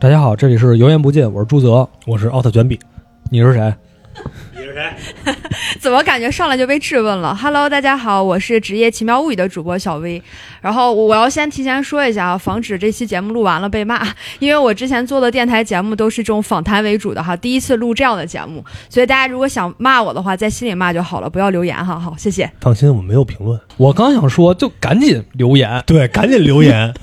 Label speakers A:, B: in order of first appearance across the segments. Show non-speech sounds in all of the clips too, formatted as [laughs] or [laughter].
A: 大家好，这里是油盐不进，我是朱泽，
B: 我是奥特卷饼，
A: 你是谁？
B: 你是谁？
C: 怎么感觉上来就被质问了？Hello，大家好，我是职业奇妙物语的主播小薇。然后我要先提前说一下啊，防止这期节目录完了被骂， [laughs] 因为我之前做的电台节目都是这种访谈为主的哈，第一次录这样的节目，所以大家如果想骂我的话，在心里骂就好了，不要留言哈。好，谢谢。
B: 放心，我们没有评论。
A: 我刚想说，就赶紧留言。
B: 对，赶紧留言。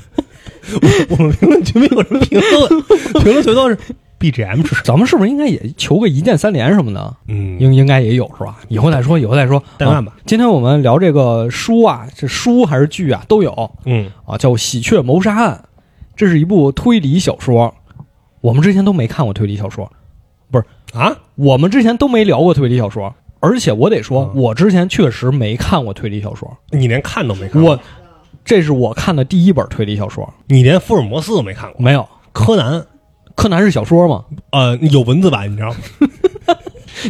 B: [laughs] 我我们评论区没有人评 [laughs] 论，评论最多是 BGM 是什么？
A: 咱们是不是应该也求个一键三连什么的？
B: 嗯，
A: 应应该也有是吧？以后再说，以后再说。
B: 但
A: 啊
B: 愿吧。
A: 今天我们聊这个书啊，这书还是剧啊都有
B: 嗯，
A: 啊，叫《喜鹊谋杀案》，这是一部推理小说。我们之前都没看过推理小说，
B: 啊，
A: 我们之前都没聊过推理小说，而且我得说，
B: 嗯
A: 我之前确实没看过推理小说。
B: 你连看都没看过，
A: 我这是我看的第一本推理小说，
B: 你连福尔摩斯都没看过，
A: 没有。
B: 柯南，
A: 柯南是小说吗？
B: 呃，有文字版，你知道吗？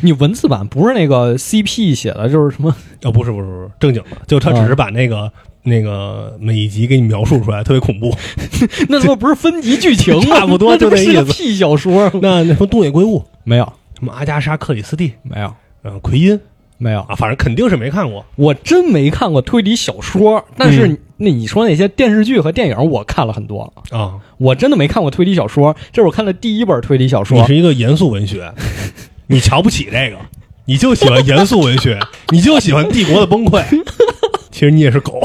A: 你文字版不是那个 CP 写的，就是什么
B: [laughs] 呃，不是，不是，不是哦正经的，就他只是把那个。那个每一集给你描述出来，特别恐 [laughs] 怖。
A: 那他妈不是分级剧情吗？
B: [laughs] 差不多就
A: 那
B: 那
A: 是
B: 意思
A: 个屁小说。
B: 那那什么东野圭吾，
A: 没有，
B: 什么阿加莎·克里斯蒂，
A: 没有，
B: 呃，奎因
A: 没有，
B: 啊，反正肯定是没看过。
A: 我真没看过推理小说。但是、
B: 嗯
A: 那你说那些电视剧和电影，我看了很多，
B: 啊，
A: 我真的没看过推理小说。这是我看的第一本推理小
B: 你
A: 说。
B: 是一个严肃文学，你瞧不起这个，你就喜欢严肃文学，你就喜欢帝国的崩溃。 [laughs] 其实你也是狗，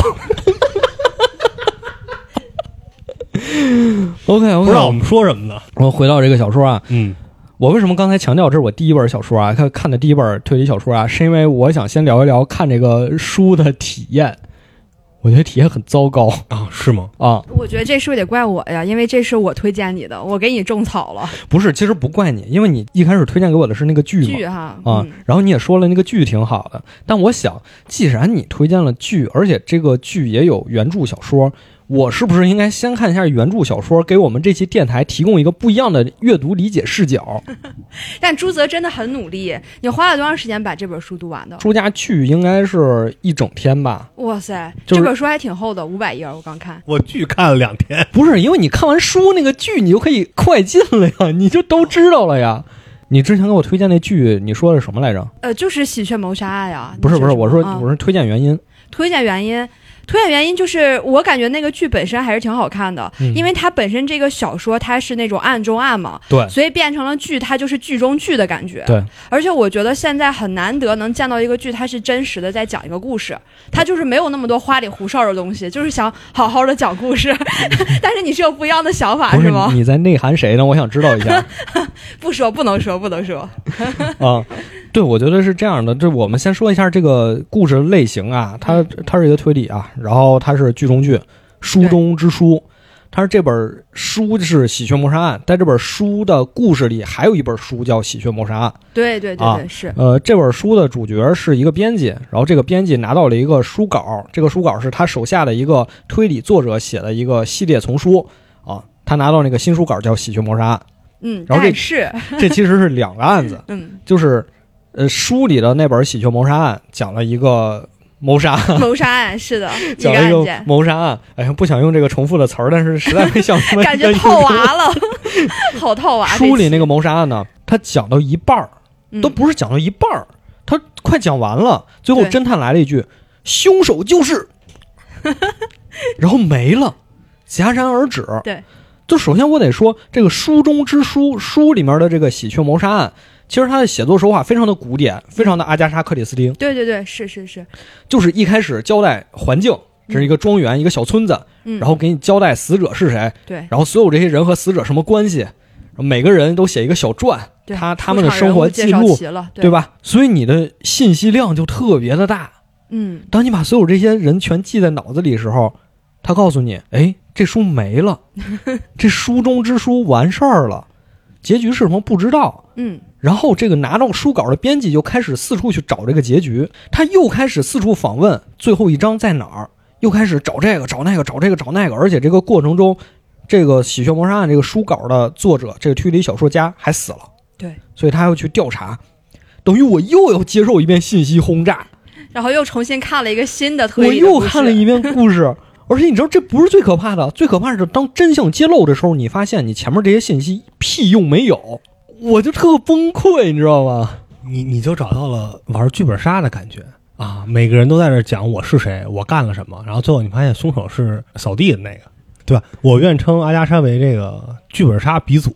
A: OK
B: 不
A: OK，
B: 知道我们说什么呢。
A: 我回到这个小说啊，
B: 嗯
A: 我为什么刚才强调这是我第一本小说啊？看看的第一本推理小说啊，是因为我想先聊一聊看这个书的体验。我觉得体验很糟糕
B: 啊，是吗？
A: 啊，
C: 我觉得这是不是得怪我呀？因为这是我推荐你的，我给你种
A: [laughs]
C: 草了
A: 不是，其实不怪你，因为你一开始推荐给我的是那个剧嘛，
C: 剧哈。
A: 啊
C: 嗯，，
A: 然后你也说了那个剧挺好的，但我想，既然你推荐了剧，而且这个剧也有原著小说，我是不是应该先看一下原著小说，给我们这期电台提供一个不一样的阅读理解视角？
C: 但朱泽真的很努力，你花了多长时间把这本书读完的？
A: 朱家剧应该是一整天吧？
C: 哇塞，
A: 就是
C: 这本书还挺厚的，五百页儿，我刚看。
B: 我剧看了两天，
A: 不是，因为你看完书那个剧，你就可以快进了呀，你就都知道了呀。你之前给我推荐那剧，你说的什么来着？
C: 呃，就是《喜鹊谋杀案》呀。
A: 不是
C: 你
A: 不是，我说
C: 啊
A: 我说推荐原因，
C: 推荐原因，推荐原因就是我感觉那个剧本身还是挺好看的，
A: 嗯
C: 因为它本身这个小说它是那种案中案嘛，
A: 对
C: 所以变成了剧，它就是剧中剧的感觉。
A: 对，
C: 而且我觉得现在很难得能见到一个剧，它是真实的在讲一个故事，它就是没有那么多花里胡哨的东西，就是想好好的讲故
A: [laughs]
C: 事。但是你是有不一样的想法
A: 啊不是
C: 吗？
A: 你在内涵谁呢？我想知道一下。
C: 不说不能说不能说，
A: [laughs] 啊，对，我觉得是这样的。这我们先说一下这个故事类型啊，它它是一个推理啊，然后它是剧中剧，书中之书。它是这本书是《喜鹊谋杀案》，在这本书的故事里，还有一本书叫《喜鹊谋杀案》。
C: 对对对
A: 啊
C: 对、是。
A: 呃，这本书的主角是一个编辑，然后这个编辑拿到了一个书稿，这个书稿是他手下的一个推理作者写的一个系列丛书啊。他拿到那个新书稿叫《喜鹊谋杀案
C: 嗯，
A: 然后这
C: 但是，》，
A: 这其实是两个案子。
C: 嗯，
A: 就是呃书里的那本《喜鹊谋杀案》讲了一个谋
C: [laughs]
A: 杀， [laughs]
C: 谋杀案是的，一
A: 讲
C: 个
A: 了一
C: 案
A: 个
C: 件，
A: 谋杀案。哎呀，不想用这个重复的词儿，但是实在没想出来。
C: [laughs]
A: [laughs]
C: 感觉啊套娃了， [laughs] 好套娃。
A: 书里那个谋杀案呢，它讲到一半儿，
C: 那
A: 都不是讲到一半儿，它快讲完了。最后
C: 对
A: 侦探来了一句：“凶手
C: [laughs]
A: 就是。”然后没了，戛然而止。
C: 对。
A: 就首先我得说，这个书中之书，书里面的这个喜鹊谋杀案，其实它的写作手法非常的古典，非常的阿加莎·克里斯汀。
C: 对对对，是是是，
A: 就是一开始交代环境，这是一个庄园，一个小村子，
C: 嗯，
A: 然后给你交代死者是谁，
C: 对
A: 然后所有这些人和死者什么关系，每个人都写一个小传，
C: 对
A: 他
C: 出
A: 他们的
C: 场
A: 生
C: 人
A: 活
C: 物介
A: 记
C: 绍
A: 录，
C: 齐了，
A: 对？吧？所以你的信息量就特别的大。
C: 嗯，
A: 当你把所有这些人全记在脑子里的时候，他告诉你，哎，这书没
C: [laughs]
A: 了，这书中之书完事儿了，结局是什么不知道。
C: 嗯，
A: 然后这个拿到书稿的编辑就开始四处去找这个结局，他又开始四处访问最后一章在哪儿，又开始找这个找那个找这个找那个，而且这个过程中，这个《喜鹊谋杀案》这个书稿的作者这个推理小说家还死了，
C: 对，
A: 所以他要去调查，等于我又要接受一遍信息轰炸，
C: 然后又重新看了一个新的推
A: 我
C: 理的
A: 又
C: 故事，
A: 看了一遍故事，而且你知道这不是最可怕的，最可怕是当真相揭露的时候，你发现你前面这些信息屁用没有，我就特崩溃，你知道吗？
B: 你你就找到了玩剧本杀的感觉啊！每个人都在这讲我是谁，我干了什么，然后最后你发现凶手是扫地的那个，对吧？我愿称阿加莎为这个剧本杀鼻祖，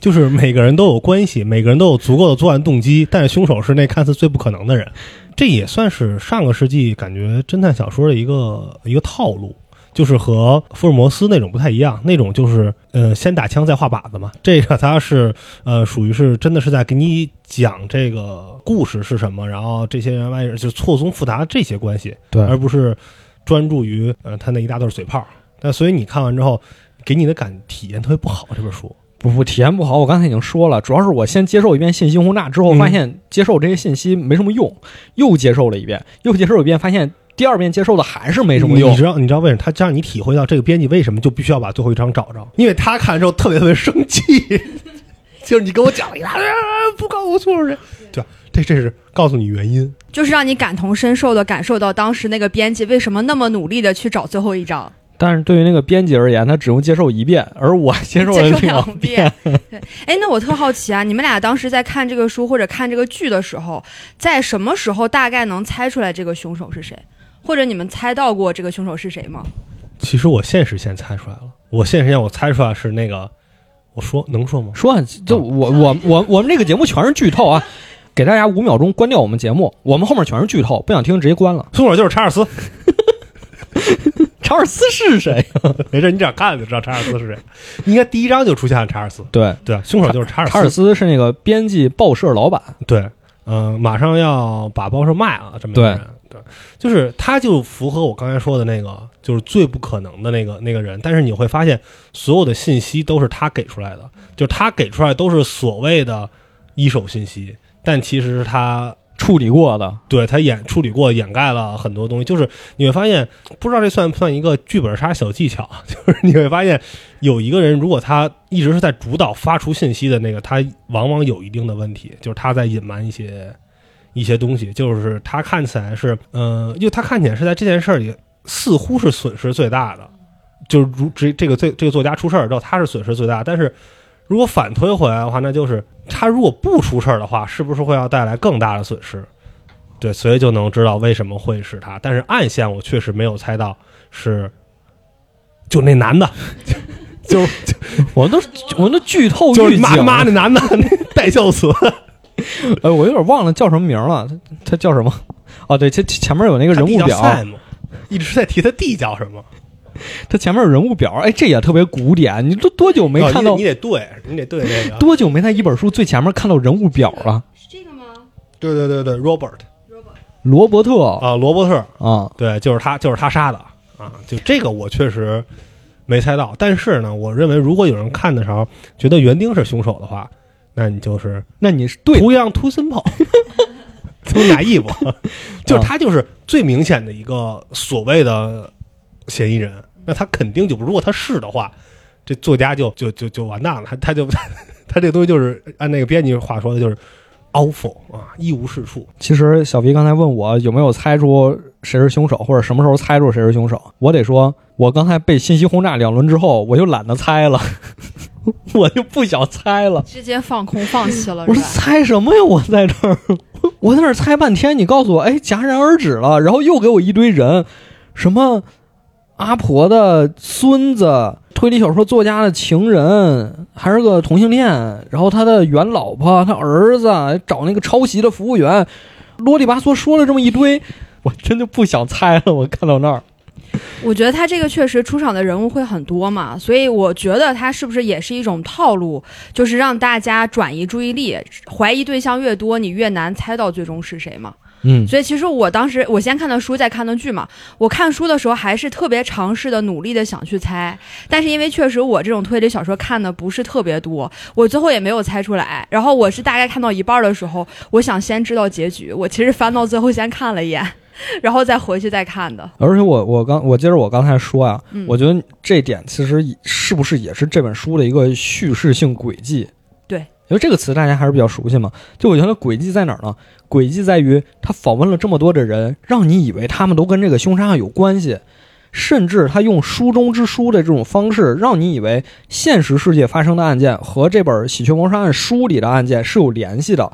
B: 就是每个人都有关系，每个人都有足够的作案动机，但是凶手是那看似最不可能的人。这也算是上个世纪感觉侦探小说的一个一个套路。就是和福尔摩斯那种不太一样，那种就是呃先打枪再画靶子嘛。这个它是呃属于是真的是在给你讲这个故事是什么，然后这些人外人就错综复杂这些关系，
A: 对
B: 而不是专注于呃他那一大对嘴炮。但所以你看完之后，给你的感体验特别不好。这本书，
A: 不不，体验不好，我刚才已经说了，主要是我先接受一遍信息轰炸之后，
B: 嗯
A: 发现接受这些信息没什么用，又接受了一遍，又接受一遍，发现第二遍接受的还是没什么
B: 你
A: 用
B: 你知。道你知道为什么他让你体会到这个编辑为什么就必须要把最后一章找着？因为他看之后特别特别生气， [laughs] 就是你跟我讲了一大堆，啊不告诉我错是谁，对吧？啊这这是告诉你原因。
C: 就是让你感同身受的感受到当时那个编辑为什么那么努力的去找最后一章，
A: 但是对于那个编辑而言，他只用接受一遍，而我接受了
C: 接受
A: 两
C: 两遍。对，哎，那我特好奇啊，你们俩当时在看这个书或者看这个剧的时候，在什么时候大概能猜出来这个凶手是谁？或者你们猜到过这个凶手是谁吗？
B: 其实我现实先猜出来了，我现实先我猜出来是那个，我说能说吗？
A: 说啊，就我我我我们这个节目全是剧透啊！给大家五秒钟关掉我们节目，我们后面全是剧透，不想听直接关了。
B: 凶手就是查尔斯，
A: 查尔斯是谁？
B: 没事，你只要看就知道查尔斯是谁。应该第一章就出现了查尔斯，
A: 对，
B: 对吧，凶手就是查尔斯。
A: 查尔斯是那个编辑报社老板，
B: 对，嗯、马上要把报社卖了，这么一个人，对，就是他就符合我刚才说的那个，就是最不可能的那个那个人。但是你会发现，所有的信息都是他给出来的，就是他给出来都是所谓的一手信息，但其实是他
A: 处理过的。
B: 对他掩处理过，掩盖了很多东西。就是你会发现，不知道这算不算一个剧本杀小技巧？就是你会发现，有一个人如果他一直是在主导发出信息的那个，他往往有一定的问题，就是他在隐瞒一些一些东西。就是他看起来是，嗯、因为他看起来是在这件事儿里似乎是损失最大的，就是如这这个这这个作家出事儿之后，他是损失最大，但是。如果反推回来的话，那就是他如果不出事儿的话，是不是会要带来更大的损失？对，所以就能知道为什么会是他。但是暗线我确实没有猜到是，就那男的，
A: [laughs]
B: 就就
A: 我
C: 哦
A: 都我都剧透
B: 就
A: 预
B: 是
A: 警
B: 妈
A: 了
B: 妈那男的那带孝慈，
A: 哎，我有点忘了叫什么名了，他他叫什么？哦，对，前前面有那个
B: [laughs]
A: 人物
B: 他弟叫
A: 表，
B: Sam，一直在提他弟叫什么，
A: 他前面有人物表，哎，这也特别古典。你都多久 [laughs] 没
B: 哦
A: 看
B: 你
A: 到
B: 得？你得对，你得对那个，
A: 多久没在一本书最前面看到人物表了？
C: 是这个吗？
B: 对对对对，Robert
A: 罗伯特啊
B: 啊，罗伯特，
A: 啊，
B: 对，就是他，就是他杀的啊！就这个我确实没猜到，但是呢，我认为如果有人看的时候觉得园丁是凶手的话，那你就是
A: 那你是对的
B: 图样 too simple，too naive，就是 [laughs] 他就是最明显的一个所谓的嫌疑人，那他肯定就如果他是的话，这作家就就就就完蛋了，他他就 [laughs] 他这个东西就是按那个编辑话说的，就是 awful 啊，一无是处。
A: 其实小皮刚才问我有没有猜出谁是凶手，或者什么时候猜出谁是凶手，我得说，我刚才被信息轰炸两轮之后，我就懒得猜了， [laughs] 我就不想猜了。
C: 直接放空放弃了
A: [laughs] 我
C: 是
A: 说
C: 吧？
A: 猜什么呀？我在这儿， [laughs] 我在那儿猜半天，你告诉我，哎，戛然而止了，然后又给我一堆人，什么阿婆的孙子，推理小说作家的情人，还是个同性恋，然后他的原老婆，他儿子找那个抄袭的服务员，啰里吧嗦说了这么一堆，我真的不想猜了。我看到那儿，
C: 我觉得他这个确实出场的人物会很多嘛，所以我觉得他是不是也是一种套路，就是让大家转移注意力，怀疑对象越多，你越难猜到最终是谁嘛。
A: 嗯，
C: 所以其实我当时我先看的书，再看的剧嘛。我看书的时候还是特别尝试的、努力的想去猜，但是因为确实我这种推理小说看的不是特别多，我最后也没有猜出来。然后我是大概看到一半的时候，我想先知道结局，我其实翻到最后先看了一眼， [laughs] 然后再回去再看的。
A: 而且我我刚我接着我刚才说啊，
C: 嗯
A: 我觉得这点其实也是不是也是这本书的一个叙事性轨迹？
C: 对
A: 因为这个词大家还是比较熟悉嘛。就我觉得轨迹在哪儿呢？轨迹在于他访问了这么多的人，让你以为他们都跟这个凶杀案有关系，甚至他用书中之书的这种方式，让你以为现实世界发生的案件和这本《喜鹊谋杀案》书里的案件是有联系的。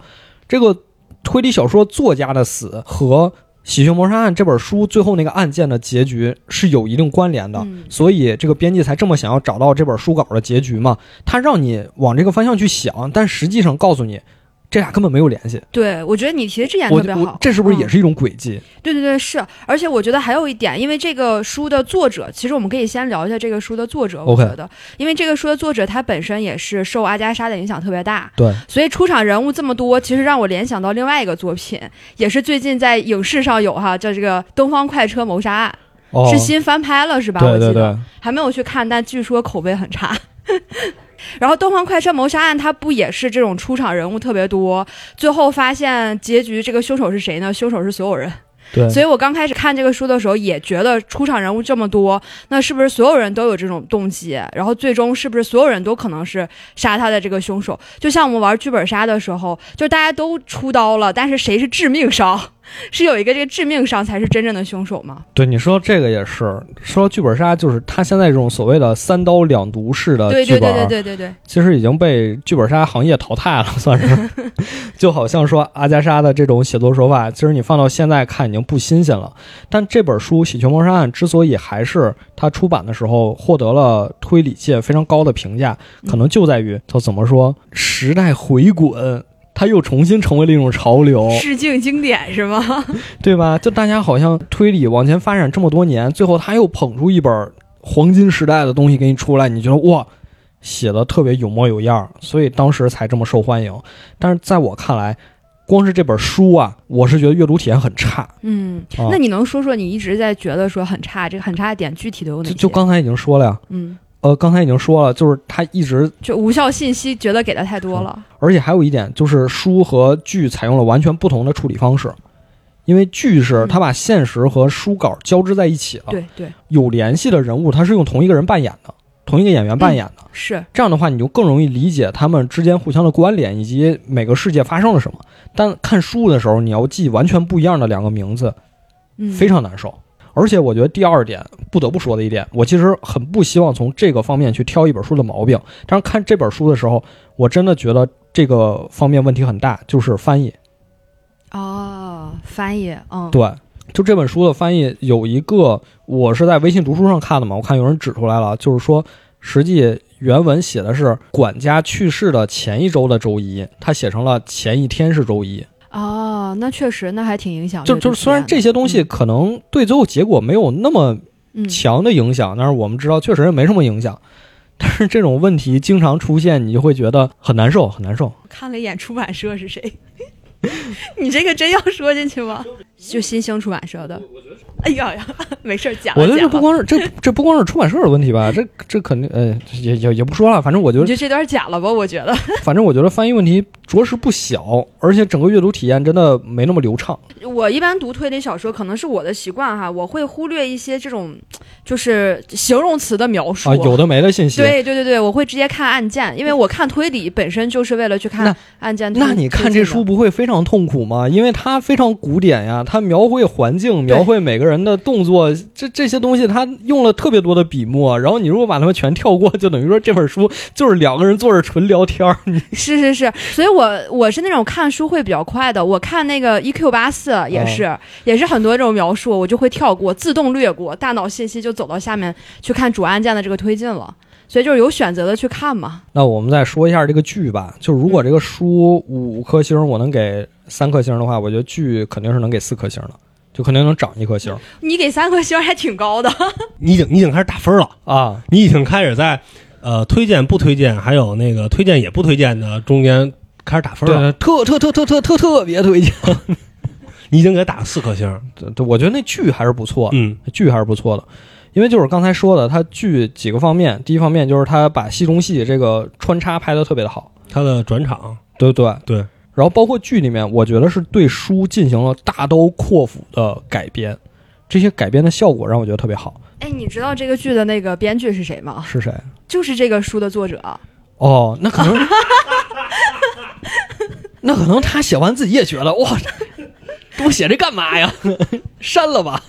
A: 这个推理小说作家的死和《喜鹊谋杀案》这本书最后那个案件的结局是有一定关联的。
C: 嗯
A: 所以这个编辑才这么想要找到这本书稿的结局嘛，他让你往这个方向去想，但实际上告诉你，这俩根本没有联系。
C: 对，我觉得你提的这点
A: 我
C: 特别
A: 我
C: 好，
A: 这是不是
C: 嗯
A: 也是一种诡计？
C: 对对对，是，而且我觉得还有一点，因为这个书的作者，其实我们可以先聊一下这个书的作者。我
A: OK
C: 觉得因为这个书的作者他本身也是受阿加莎的影响特别大，
A: 对，
C: 所以出场人物这么多，其实让我联想到另外一个作品，也是最近在影视上有哈，叫这个《东方快车谋杀案》，
A: 哦，
C: 嗯是新翻拍了是吧？
A: 对
C: 我
A: 对
C: 记得
A: 对，
C: 还没有去看，但据说口碑很差。 [laughs] 然后《东方快车谋杀案》它不也是这种出场人物特别多，最后发现结局这个凶手是谁呢？凶手是所有人。
A: 对
C: 所以我刚开始看这个书的时候，也觉得出场人物这么多，那是不是所有人都有这种动机？然后最终是不是所有人都可能是杀他的这个凶手？就像我们玩剧本杀的时候，就大家都出刀了，但是谁是致命伤？ [laughs] 是有一个这个致命伤才是真正的凶手吗？
A: 对，你说这个也是，说剧本杀就是他现在这种所谓的三刀两毒式的
C: 对
A: 呃剧
C: 对
A: 本
C: 对
A: 儿，
C: 对对对对，
A: 其实已经被剧本杀行业淘汰了， [laughs] 算是。就好像说阿加莎的这种写作手法，其实你放到现在看已经不新鲜了。但这本书《喜鹊谋杀案》之所以还是它出版的时候获得了推理界非常高的评价，
C: 嗯
A: 可能就在于它怎么说时代回滚。它又重新成为了一种潮流，
C: 致敬经典是吗？ [laughs]
A: 对吧？就大家好像推理往前发展这么多年，最后他又捧出一本黄金时代的东西给你出来，你觉得哇，写的特别有模有样儿，所以当时才这么受欢迎。但是在我看来，光是这本书啊，我是觉得阅读体验很差。
C: 嗯，
A: 啊
C: 那你能说说你一直在觉得说很差，这个很差的点具体都有哪
A: 就
C: 些？
A: 就刚才已经说了呀，
C: 嗯，
A: 呃，刚才已经说了，就是他一直，
C: 就无效信息觉得给的太多了。
A: 而且还有一点就是书和剧采用了完全不同的处理方式。因为剧是
C: 嗯
A: 他把现实和书稿交织在一起了，
C: 对对
A: 有联系的人物，他是用同一个人扮演的，同一个演员扮演的。
C: 是，
A: 这样的话，你就更容易理解他们之间互相的关联，以及每个世界发生了什么。但看书的时候，你要记完全不一样的两个名字，
C: 嗯，
A: 非常难受。而且我觉得第二点不得不说的一点，我其实很不希望从这个方面去挑一本书的毛病。但是看这本书的时候，我真的觉得这个方面问题很大，就是翻译。
C: 哦，翻译，嗯，
A: 对，就这本书的翻译有一个，我是在微信读书上看的嘛，我看有人指出来了，就是说实际原文写的是管家去世的前一周的周一，他写成了前一天是周一，
C: 哦，那确实，那啊还挺影响阅
A: 就
C: 读体验的。
A: 就是虽然这些东西可能对最后结果没有那么
C: 嗯，
A: 强的影响，但是我们知道确实也没什么影响。但是这种问题经常出现，你就会觉得很难受，很难受。
C: 看了一眼出版社是谁，
A: [laughs]
C: 你这个真要说进去吗？就新兴出版社的，哎呀呀， [laughs] 没事儿讲了，
A: 我觉得这
C: 讲
A: 不
C: 了
A: 光是这这不光是出版社的问题吧，这这肯定呃也也也不说了，反正我觉得
C: 你就这段讲了吧，我觉得。
A: 反正我觉得翻译问题着实不小，而且整个阅读体验真的没那么流畅。
C: 我一般读推理小说，可能是我的习惯哈，我会忽略一些这种就是形容词的描述。
A: 啊，有的没的信息。
C: 对对对对，我会直接看案件，因为我看推理本身就是为了去看
A: 那
C: 案件推。
A: 那你看这书不会非常痛苦吗？因为它非常古典呀，它描绘环境，
C: 对
A: 描绘每个人的动作，这这些东西它用了特别多的笔墨，然后你如果把它们全跳过，就等于说这本书就是两个人坐着纯聊天儿。 [laughs] 你
C: [laughs] 是是是，所以我我是那种看书会比较快的，我看那个 EQ 八四也是、也是很多这种描述，我就会跳过，自动略过，大脑信息就走到下面去看主案件的这个推进了，所以就是有选择的去看嘛。
A: 那我们再说一下这个剧吧，就如果这个书五颗星，我能给三颗星的话，我觉得剧肯定是能给四颗星的，就肯定能涨一颗星
C: 你给三颗星还挺高的，
B: 你已经你已经开始打分了，
C: 嗯
A: 啊。
B: 你已经开始在呃推荐不推荐，还有那个推荐也不推荐的中间开始打分了。
A: 对，特特特特特特特别推荐。
B: 你已经给打了四颗星，
A: [laughs] 对对，我觉得那剧还是不错，
B: 嗯，
A: 剧还是不错的。因为就是刚才说的，它剧几个方面，第一方面就是它把戏中戏这个穿插拍得特别的好，
B: 它的转场，
A: 对不对？
B: 对。
A: 然后包括剧里面，我觉得是对书进行了大刀阔斧的改编，这些改编的效果让我觉得特别好。
C: [laughs] 哎，你知道这个剧的那个编剧是谁吗？
A: 是谁？
C: 就是这个书的作者。
A: 哦，那可能， [laughs] 那可能 [laughs] 他写完自己也觉得哇，给我写这干嘛呀？删了吧。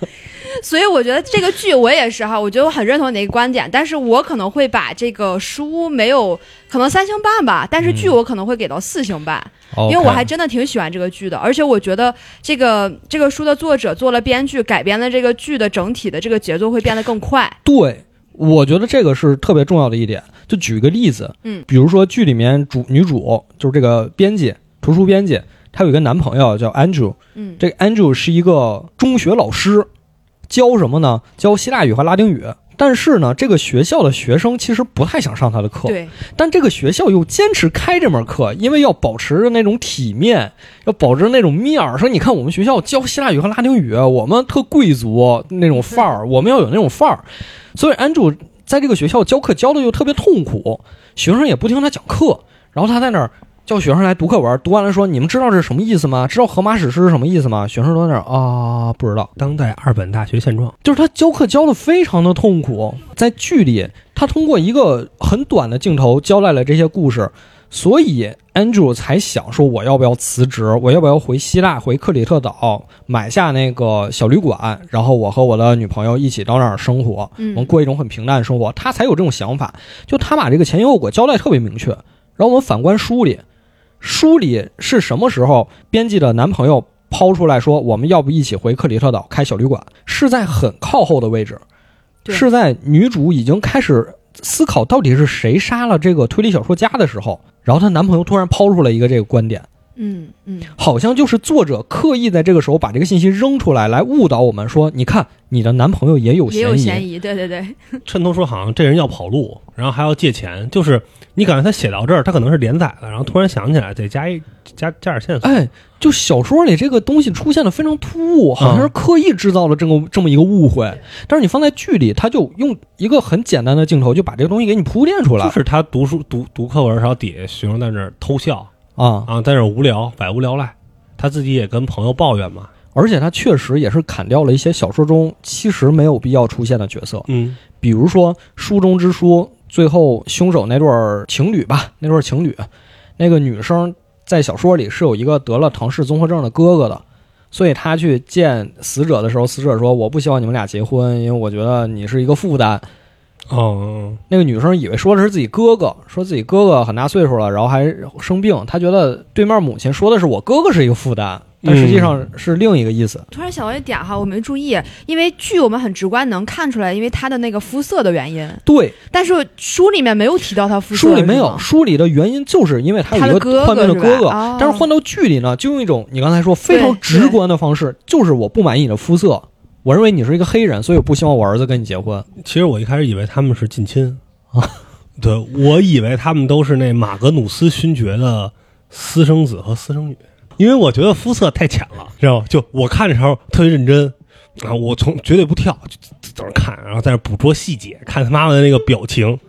C: 所以我觉得这个剧我也是哈，我觉得我很认同你的一个观点，但是我可能会把这个书没有可能三星半吧，但是剧我可能会给到四星半，
A: 哦
C: 因为我还真的挺喜欢这个剧的，而且我觉得这个这个书的作者做了编剧，改编的这个剧的整体的这个节奏会变得更快。
A: 对，我觉得这个是特别重要的一点。就举个例子，
C: 嗯，
A: 比如说剧里面主女主就是这个编辑，图书编辑，她有一个男朋友叫 Andrew，
C: 嗯，
A: 这个 Andrew 是一个中学老师，教什么呢？教希腊语和拉丁语。但是呢，这个学校的学生其实不太想上他的课，
C: 对，
A: 但这个学校又坚持开这门课，因为要保持那种体面，要保持那种面儿。说你看我们学校教希腊语和拉丁语，我们特贵族那种范儿，我们要有那种范儿。所以安主在这个学校教课教的又特别痛苦，学生也不听他讲课，然后他在那儿。叫学生来读课文，读完了说：“你们知道这是什么意思吗？知道《荷马史诗》是什么意思吗？”学生都在那儿啊，不知道。
B: 当代二本大学现状，
A: 就是他教课教的非常的痛苦，在剧里，他通过一个很短的镜头交代了这些故事，所以 Andrew 才想说我要不要辞职，我要不要回希腊，回克里特岛买下那个小旅馆，然后我和我的女朋友一起到那儿生活，我们
C: 嗯，
A: 过一种很平淡的生活，他才有这种想法。就他把这个前因后果交代特别明确。然后我们反观书里，书里是什么时候编辑的男朋友抛出来说我们要不一起回克里特岛开小旅馆，是在很靠后的位置，
C: 对
A: 是在女主已经开始思考到底是谁杀了这个推理小说家的时候，然后她男朋友突然抛出了一个这个观点，
C: 嗯嗯，
A: 好像就是作者刻意在这个时候把这个信息扔出来，来误导我们说，你看你的男朋友也有
C: 也
A: 嫌
C: 有
A: 疑，
C: 嫌疑，对对对，
B: 衬托出好像这人要跑路，然后还要借钱，就是你感觉他写到这儿，他可能是连载了，然后突然想起来得加一加加点线索，
A: 哎，就小说里这个东西出现的非常突兀，好像是刻意制造了这么这么一个误会。但是你放在剧里，他就用一个很简单的镜头就把这个东西给你铺垫出来
B: 就
A: 啊、
B: 是他读书读读课文，然后底下学生在那儿偷笑啊，在那儿无聊，百无聊赖，他自己也跟朋友抱怨嘛，
A: 而且他确实也是砍掉了一些小说中其实没有必要出现的角色，
B: 嗯，
A: 比如说书中之书最后凶手那对儿情侣吧，那对儿情侣，那个女生在小说里是有一个得了唐氏综合症的哥哥的，所以她去见死者的时候，死者说我不希望你们俩结婚，因为我觉得你是一个负担。
B: 哦，
A: 那个女生以为说的是自己哥哥，说自己哥哥很大岁数了，然后还生病，她觉得对面母亲说的是我哥哥是一个负担，但实际上是另一个意思。
C: 突然想到一点哈，我没注意，因为剧我们很直观能看出来，因为他的那个肤色的原因，
A: 对，
C: 但是书里面没有提到他肤色，
A: 书里没
C: 是
A: 有，
C: 吗
A: 书里的原因就是因为她
C: 他
A: 有一
C: 的
A: 个
C: 哥
A: 患
C: 哥
A: 病的
C: 是
A: 哥
C: 吧
A: 哥，
C: 哦
A: 但是换到剧里呢，就用一种你刚才说非常
C: 对
A: 直观的方式，就是我不满意你的肤色，我认为你是一个黑人，所以我不希望我儿子跟你结婚。
B: 其实我一开始以为他们是近亲啊， [laughs] 对我以为他们都是那马格努斯勋爵的私生子和私生女，因为我觉得肤色太浅了，知道吗？就我看的时候特别认真啊，我从绝对不跳，就就在那儿看，然后在那儿捕捉细节，看他妈妈的那个表情。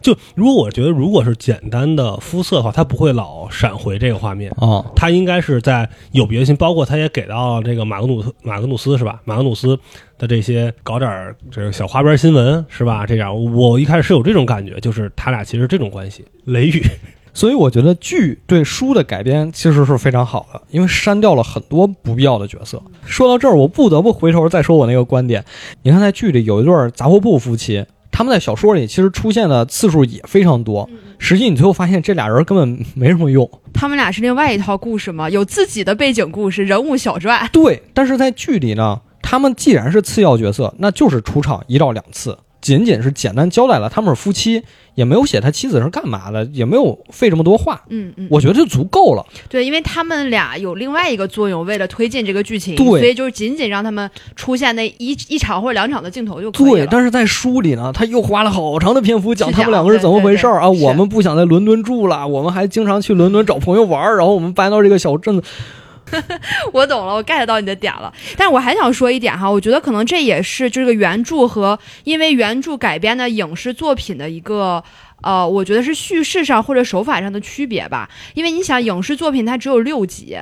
B: 就如果我觉得如果是简单的肤色的话，他不会老闪回这个画面。
A: 啊、
B: 他应该是在有别心，包括他也给到这个马格努特马格努斯是吧？马格努斯的这些搞点儿这个小花边新闻是吧？这样我一开始是有这种感觉，就是他俩其实这种关系。雷雨， [laughs]
A: 所以我觉得剧对书的改编其实是非常好的，因为删掉了很多不必要的角色。说到这儿，我不得不回头再说我那个观点。你看，在剧里有一对杂货铺夫妻，他们在小说里其实出现的次数也非常多，
C: 嗯
A: 实际你最后发现这俩人根本没什么用。
C: 他们俩是另外一套故事嘛，有自己的背景故事、人物小传。
A: 对，但是在剧里呢，他们既然是次要角色，那就是出场一到两次，仅仅是简单交代了他们是夫妻，也没有写他妻子是干嘛的，也没有费这么多话，
C: 嗯嗯，
A: 我觉得就足够了。
C: 对，因为他们俩有另外一个作用，为了推进这个剧情，
A: 对
C: 所以就是仅仅让他们出现那一一场或者两场的镜头就可以
A: 对，
C: 了。
A: 但是在书里呢，他又花了好长的篇幅讲
C: 是
A: 他们
C: 讲
A: 两个是怎么回事儿啊。
C: 对对对
A: 我
C: 是
A: 们不想在伦敦住了，我们还经常去伦敦找朋友玩儿，然后我们搬到这个小镇子。
C: 我懂了，我 get 到你的点了。但是我还想说一点哈，我觉得可能这也是这个原著和因为原著改编的影视作品的一个。呃，我觉得是叙事上或者手法上的区别吧，因为你想，影视作品它只有六集，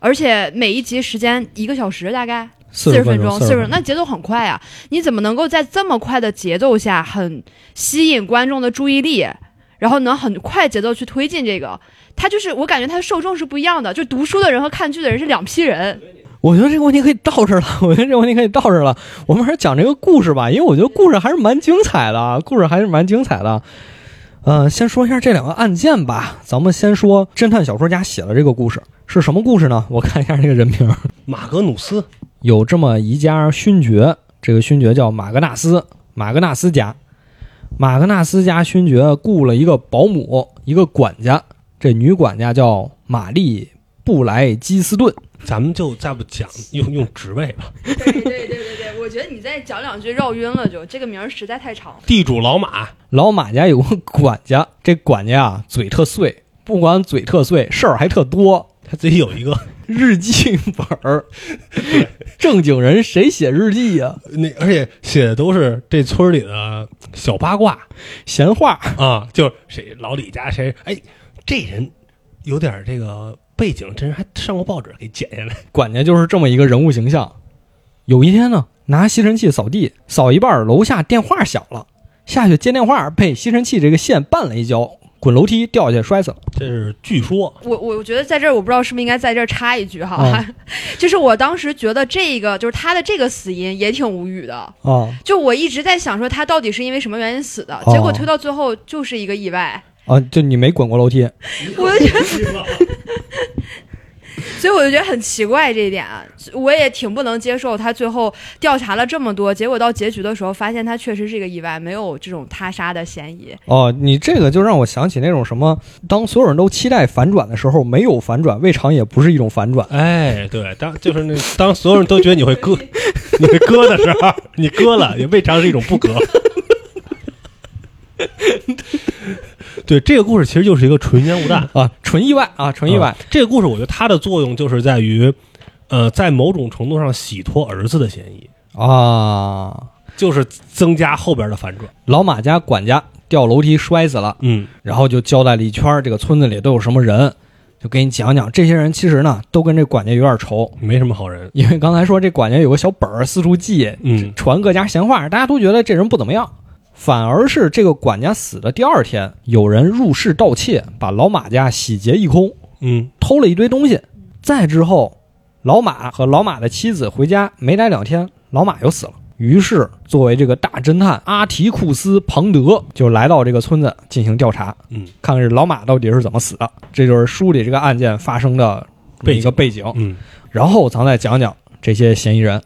C: 而且每一集时间一个小时大概，四十分
A: 钟，
C: 四十
A: 40
C: 分钟，那节奏很快啊！你怎么能够在这么快的节奏下，很吸引观众的注意力，然后能很快节奏去推进这个？它就是我感觉它的受众是不一样的，就读书的人和看剧的人是两批人。
A: 我觉得这个问题可以到这儿了， [laughs] 我觉得这个问题可以到这儿了。我们还是讲这个故事吧，因为我觉得故事还是蛮精彩的，啊，故事还是蛮精彩的。呃，先说一下这两个案件吧。咱们先说侦探小说家写的这个故事是什么故事呢？我看一下这个人名，
B: 马格努斯
A: 有这么一家勋爵，这个勋爵叫马格纳斯，马格纳斯家，马格纳斯家勋爵雇了一个保姆，一个管家，这女管家叫玛丽布莱基斯顿。
B: 咱们就再不讲用用职位吧，
C: [laughs] 对对对对对，我觉得你再讲两句绕晕了就，这个名儿实在太长。
B: 地主老马
A: 老马家有个管家， [laughs] 这管家啊嘴特碎，不光嘴特碎，事儿还特多。
B: 他自己有一个
A: 日记本儿， [laughs] 正经人谁写日记呀、
B: 那，而且写的都是这村里的小八卦
A: 闲话，
B: 啊，就是谁老李家谁，哎，这人有点这个背景，这人还上过报纸，给剪下来。
A: 管家就是这么一个人物形象。有一天呢，拿吸尘器扫地，扫一半儿，楼下电话响了，下去接电话，被吸尘器这个线绊了一跤，滚楼梯掉下去摔死了。
B: 这是据说，
C: 我我觉得在这儿，我不知道是不是应该在这儿插一句哈，
A: 嗯
C: [laughs] 就是我当时觉得这个就是他的这个死因也挺无语的，
A: 啊
C: 就我一直在想说他到底是因为什么原因死的，
A: 哦
C: 结果推到最后就是一个意外，
A: 啊！就你没滚过楼梯，
C: [laughs] 我就觉得，所以我就觉得很奇怪这一点，啊我也挺不能接受他最后调查了这么多，结果到结局的时候发现他确实是一个意外，没有这种他杀的嫌疑。
A: 哦，你这个就让我想起那种什么，当所有人都期待反转的时候，没有反转，未尝也不是一种反转。
B: 哎，对，当就是那当所有人都觉得你会
A: [laughs]
B: 割，你会割的时候，你割了也未尝是一种不
A: [laughs]
B: 割。对，这个故事其实就是一个纯烟雾弹。
A: 啊，纯意外啊，纯意外。
B: 嗯这个故事我觉得它的作用就是在于，呃，在某种程度上洗脱儿子的嫌疑，
A: 啊！
B: 就是增加后边的反转。
A: 老马家管家掉楼梯摔死了，
B: 嗯，
A: 然后就交代了一圈儿这个村子里都有什么人，就给你讲讲。这些人其实呢，都跟这管家有点仇，
B: 没什么好人。
A: 因为刚才说这管家有个小本儿四处记，
B: 嗯，
A: 传各家闲话，大家都觉得这人不怎么样。反而是这个管家死的第二天，有人入室盗窃，把老马家洗劫一空。
B: 嗯，
A: 偷了一堆东西。再之后，老马和老马的妻子回家没待两天，老马又死了。于是，作为这个大侦探阿提库斯·庞德就来到这个村子进行调查，
B: 嗯，
A: 看看这老马到底是怎么死的。这就是书里这个案件发生的这么一个背景。
B: 嗯，
A: 然后咱再讲讲这些嫌疑人。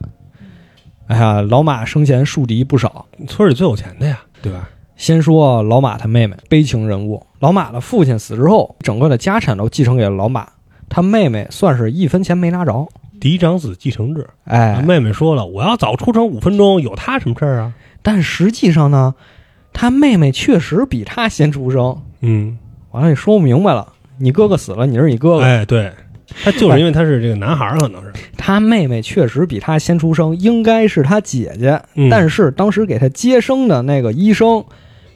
A: 哎呀，老马生前树敌不少，
B: 村里最有钱的呀，对吧？
A: 先说老马他妹妹，悲情人物。老马的父亲死之后，整个的家产都继承给了老马，他妹妹算是一分钱没拿着。
B: 嫡长子继承制。
A: 嗯哎，
B: 妹妹说了，我要早出城五分钟，有他什么事儿啊？
A: 但实际上呢，他妹妹确实比他先出生。
B: 嗯，
A: 完了，也说不明白了，你哥哥死了，你是你哥哥。
B: 哎，对，他就是因为他是这个男孩，儿，可能是。
A: 他妹妹确实比他先出生，应该是他姐姐，
B: 嗯
A: 但是当时给他接生的那个医生，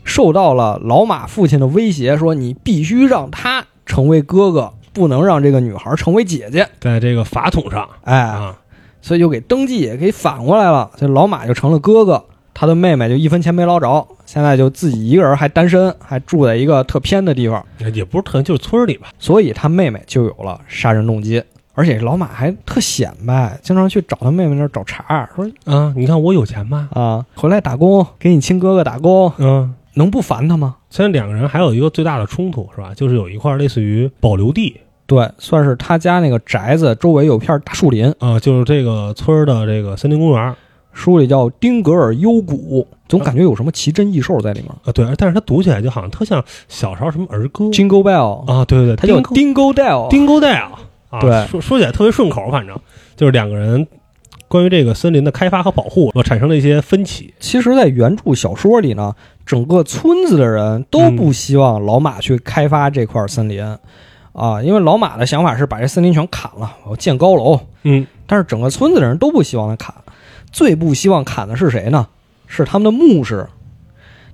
A: 受到了老马父亲的威胁，说你必须让他成为哥哥，不能让这个女孩成为姐姐。
B: 在这个法统上
A: 哎，
B: 啊，
A: 所以就给登记也给反过来了，这老马就成了哥哥，他的妹妹就一分钱没捞着，现在就自己一个人还单身，还住在一个特偏的地方，
B: 也不是特，就是村儿里吧。
A: 所以他妹妹就有了杀人动机。而且老马还特显摆，经常去找他妹妹那儿找茬儿，说
B: 啊，你看我有钱吧？
A: 啊，回来打工，给你亲哥哥打工，
B: 嗯。
A: 能不烦他吗？
B: 虽然两个人还有一个最大的冲突是吧？就是有一块类似于保留地
A: 对，算是他家那个宅子周围有片大树林，
B: 啊、就是这个村儿的这个森林公园啊、
A: 书里叫丁格尔幽谷，总感觉有什么奇珍异兽在里面。
B: 啊对，但是它读起来就好像特像小时候什么儿歌
A: Jingle Bell，
B: 啊，对对对，
A: 它叫
B: 丁勾
A: Dingo Dell，
B: 丁勾带啊，啊
A: 对
B: 说说起来特别顺口，反正就是两个人关于这个森林的开发和保护，我产生了一些分歧。
A: 其实，在原著小说里呢，整个村子的人都不希望老马去开发这块森林，啊，因为老马的想法是把这森林全砍了，我建高楼。
B: 嗯，
A: 但是整个村子的人都不希望他砍，最不希望砍的是谁呢？是他们的牧师。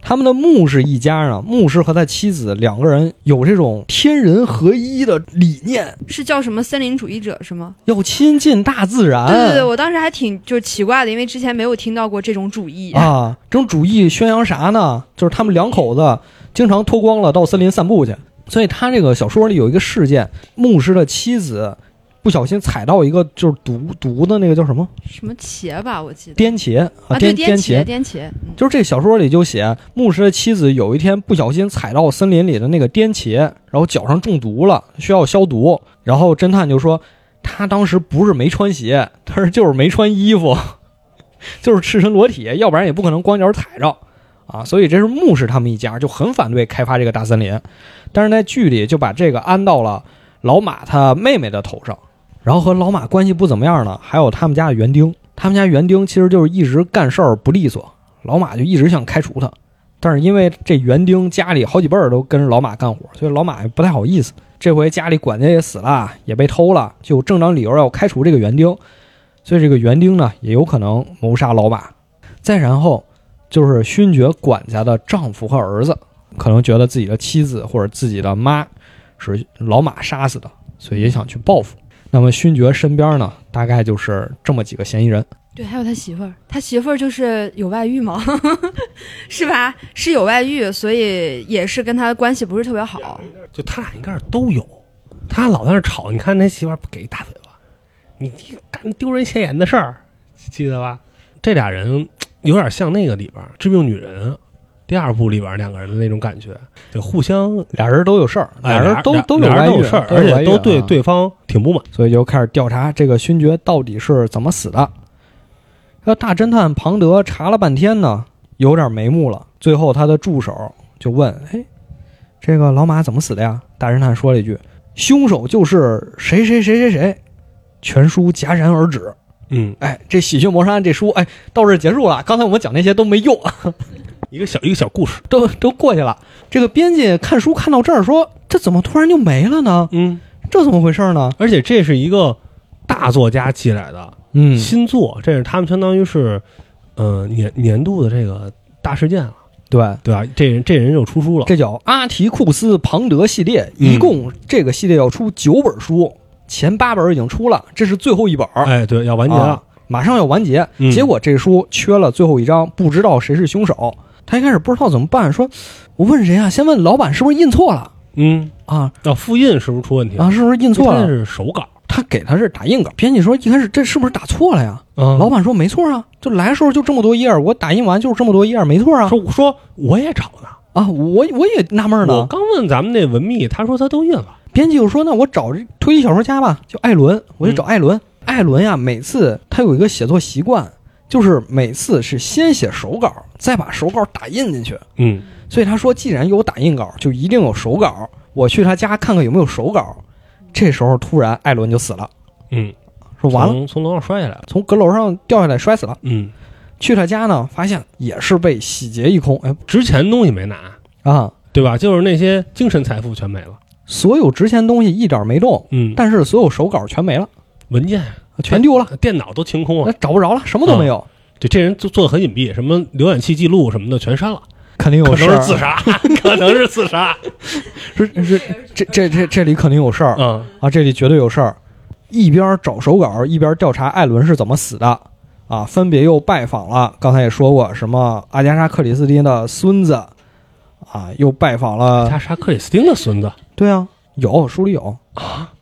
A: 他们的牧师一家呢，牧师和他妻子两个人有这种天人合一的理念，
C: 是叫什么森林主义者是吗？
A: 要亲近大自然。
C: 对对对，我当时还挺就是奇怪的，因为之前没有听到过这种主义。
A: [laughs] 啊，这种主义宣扬啥呢？就是他们两口子经常脱光了到森林散步去。所以他这个小说里有一个事件，牧师的妻子不小心踩到一个就是毒毒的那个叫什么
C: 什么茄吧，我记得
A: 颠茄啊
C: 啊，对，
A: 颠
C: 颠
A: 茄，
C: 颠茄，嗯
A: 就是这小说里就写牧师的妻子有一天不小心踩到森林里的那个颠茄，然后脚上中毒了，需要消毒。然后侦探就说他当时不是没穿鞋，他是就是没穿衣服， [laughs] 就是赤身裸体，要不然也不可能光脚踩着啊。所以这是牧师他们一家就很反对开发这个大森林，但是在剧里就把这个安到了老马他妹妹的头上。然后和老马关系不怎么样呢，还有他们家的园丁，他们家园丁其实就是一直干事儿不利索，老马就一直想开除他，但是因为这园丁家里好几辈儿都跟着老马干活，所以老马也不太好意思。这回家里管家也死了，也被偷了，就有正当理由要开除这个园丁，所以这个园丁呢也有可能谋杀老马。再然后就是勋爵管家的丈夫和儿子，可能觉得自己的妻子或者自己的妈是老马杀死的，所以也想去报复。那么勋爵身边呢，大概就是这么几个嫌疑人。
C: 对，还有他媳妇儿，他媳妇儿就是有外遇 [laughs] 嘛，是吧？是有外遇，所以也是跟他关系不是特别好。
B: 就他俩应该是都有，他老在那吵。你看那媳妇儿不给一大嘴巴，你你干丢人现眼的事儿，记得吧？这俩人有点像那个里边儿《致命女人》第二部里边儿两个人的那种感觉，就互相
A: 俩人都有事儿，
B: 哎
A: 人都
B: 俩
A: 都
B: 俩人
A: 外
B: 都
A: 遇
B: 有事儿，
A: 都有
B: 而
A: 外
B: 且
A: 遇
B: 都
A: 啊
B: 对对方挺不满。
A: 所以就开始调查这个勋爵到底是怎么死的。那大侦探庞德查了半天呢，有点眉目了。最后他的助手就问：“哎，这个老马怎么死的呀？”大侦探说了一句：“凶手就是谁谁谁谁谁。”全书戛然而止。
B: 嗯，
A: 哎，这喜剧谋杀案这书，哎，到这儿结束了。刚才我们讲那些都没用， [laughs]
B: 一个小一个小故事。
A: 都都过去了。这个编辑看书看到这儿说：“这怎么突然就没了呢？
B: 嗯，
A: 这怎么回事呢
B: 而且这是一个大作家寄来的？”
A: 嗯
B: 新作，这是他们相当于是，呃，年年度的这个大事件了，
A: 对。
B: 对吧？这人这人又出书了。
A: 这叫阿提库斯庞德系列，
B: 嗯
A: 一共这个系列要出九本书，前八本已经出了，这是最后一本，
B: 哎，对，要完结了
A: 啊。马上要完结。
B: 嗯
A: 结果这书缺了最后一章，不知道谁是凶手。他一开始不知道怎么办，说我问谁啊？先问老板是不是印错了
B: 嗯，
A: 啊
B: 啊，复印是不是出问题了？
A: 啊，是不是印错
B: 他
A: 了？
B: 是手稿。
A: 他给他是打印稿，编辑说一开始这是不是打错了呀？
B: 嗯
A: 老板说没错啊，就来的时候就这么多页，我打印完就是这么多页，没错啊
B: 说我说我也找呢，
A: 啊，我我也纳闷呢。
B: 我刚问咱们那文秘，他说他都印了。
A: 编辑就说：“那我找这推理小说家吧，叫艾伦，我就找艾伦。艾伦呀，每次他有一个写作习惯，就是每次是先写手稿，再把手稿打印进去。
B: 嗯，
A: 所以他说，既然有打印稿，就一定有手稿。我去他家看看有没有手稿。这时候突然艾伦就死了，
B: 嗯，
A: 说完了，
B: 从，从楼上摔下来了。
A: 从阁楼上掉下来摔死了。
B: 嗯，
A: 去他家呢，发现也是被洗劫一空。哎
B: 值钱东西没拿，
A: 啊，
B: 对吧？就是那些精神财富全没了。
A: 所有值钱东西一点没动，
B: 嗯，
A: 但是所有手稿全没了，
B: 文件、啊
A: 全丢了，
B: 电脑都清空
A: 那
B: 了。
A: 找不着了，什么都没有。”
B: 对，这人做做的很隐蔽，什么浏览器记录什么的全删了，
A: 肯定
B: 可
A: 有
B: 能
A: 事儿啊
B: 是，
A: [laughs]
B: 自杀，可能是自杀。
A: 是是这这这这里肯定有事儿
B: 嗯
A: 啊，这里绝对有事儿。一边找手稿，一边调查艾伦是怎么死的啊，分别又拜访了，刚才也说过什么阿加莎·克里斯汀的孙子啊，又拜访
B: 阿
A: 了，
B: 加莎·克里斯汀的孙子
A: 对啊，有书里有，
B: 啊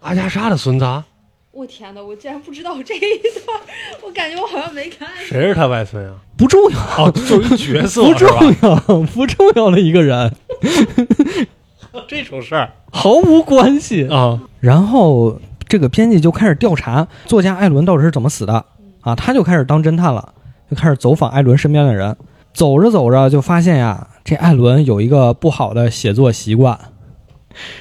B: 阿加莎的孙子啊，
C: 我天呐，我竟然不知道这一段，我感觉我好像没看。
B: 谁是他外孙啊？
A: 不重要，
B: 哦，就是一角色
A: [laughs] 不
B: 是吧
A: 重要，不重要的一个人，
B: 这种事儿
A: 毫无关系
B: 啊，
A: 然后这个编辑就开始调查作家艾伦到底是怎么死的啊，他就开始当侦探了，就开始走访艾伦身边的人。走着走着就发现呀，这艾伦有一个不好的写作习惯，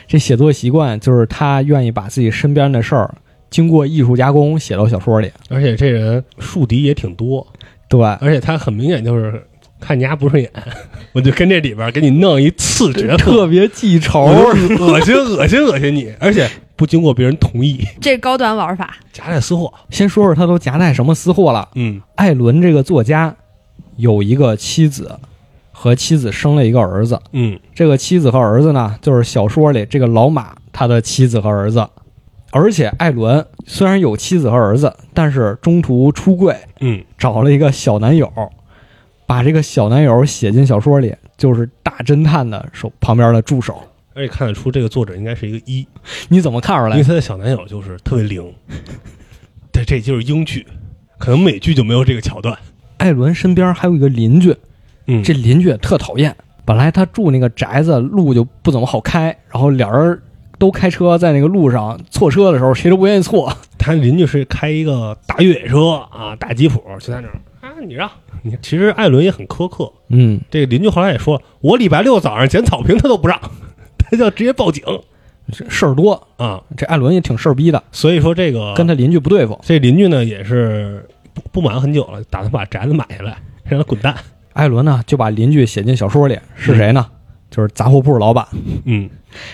A: 这写作习惯就是他愿意把自己身边的事儿经过艺术加工写到小说里。
B: 而且这人树敌也挺多，
A: 对，
B: 而且他很明显就是看你丫不顺眼， [laughs] 我就跟这里边给你弄一次角 [laughs] 色，
A: 特别记仇
B: 我。就是恶心恶心恶心你，而且不经过别人同意，
C: 这高端玩法，
B: 夹带私货。
A: 先说说他都夹带什么私货了。
B: 嗯
A: 艾伦这个作家有一个妻子，和妻子生了一个儿子。
B: 嗯，
A: 这个妻子和儿子呢，就是小说里这个老马他的妻子和儿子。而且艾伦虽然有妻子和儿子，但是中途出柜，
B: 嗯，
A: 找了一个小男友，把这个小男友写进小说里，就是大侦探的手旁边的助手。
B: 而且看得出这个作者应该是一个一，
A: 你怎么看出
B: 因为
A: 来？
B: 她的小男友就是特别灵。对，这就是英剧，可能美剧就没有这个桥段。
A: 艾伦身边还有一个邻居，
B: 嗯，
A: 这邻居也特讨厌。本来他住那个宅子，路就不怎么好开，然后俩人都开车在那个路上错车的时候，谁都不愿意错。
B: 他邻居是开一个大越野车啊，大吉普，就在那儿啊，你让你。其实艾伦也很苛刻，
A: 嗯，
B: 这个邻居后来也说，我礼拜六早上捡草坪他都不让， [laughs] 他就直接报警
A: 这事儿多，
B: 啊。
A: 这艾伦也挺事儿逼的，
B: 所以说这个
A: 跟他邻居不对付。
B: 这邻居呢也是不不满很久了，打算把宅子买下来，让他滚
A: [laughs]
B: 蛋。
A: 艾伦呢就把邻居写进小说里，是谁呢？就是杂货铺老板。
B: 嗯，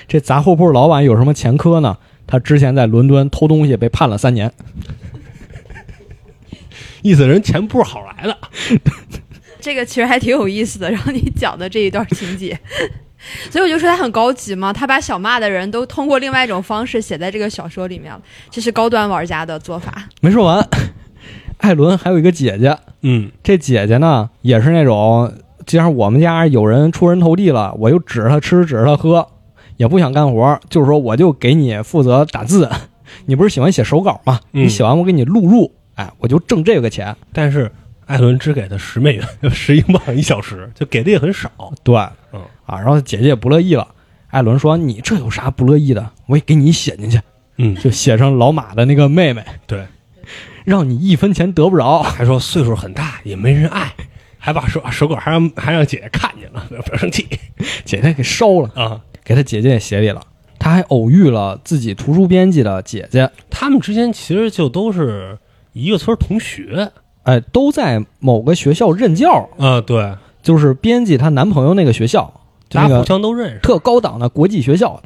A: 这杂货铺老板有什么前科呢？他之前在伦敦偷东西被判了三年。
B: 意思人钱不是好来的。
C: 这个其实还挺有意思的，然后你讲的这一段情节， [laughs] 所以我就说他很高级嘛，他把小骂的人都通过另外一种方式写在这个小说里面了，这是高端玩家的做法。
A: 没说完， [laughs] 艾伦还有一个姐姐，
B: 嗯
A: 这姐姐呢也是那种，既然我们家有人出人头地了，我就指着他吃，指着他喝，也不想干活，就是说我就给你负责打字。 [laughs] 你不是喜欢写手稿吗？
B: 嗯
A: 你写完我给你录入，哎，我就挣这个钱。
B: 但是艾伦只给他十美元，十英镑一小时，就给的也很少。
A: 对，
B: 嗯
A: 啊，然后姐姐也不乐意了。艾伦说：“你这有啥不乐意的？我也给你写进去，
B: 嗯，
A: 就写上老马的那个妹妹，
B: 对，
A: 让你一分钱得不着。”
B: 还说岁数很大也没人爱，还把手手稿还让还让姐姐看见了，不要生气
A: 姐姐给烧了，
B: 啊。 [laughs]
A: 给他姐姐也写里了。他还偶遇了自己图书编辑的姐姐，
B: 他们之间其实就都是一个村儿同学
A: 哎，都在某个学校任教，
B: 啊，对，
A: 就是编辑她男朋友那个学校，就
B: 大
A: 那
B: 家互
A: 个
B: 相都认识。
A: 特高档的国际学校，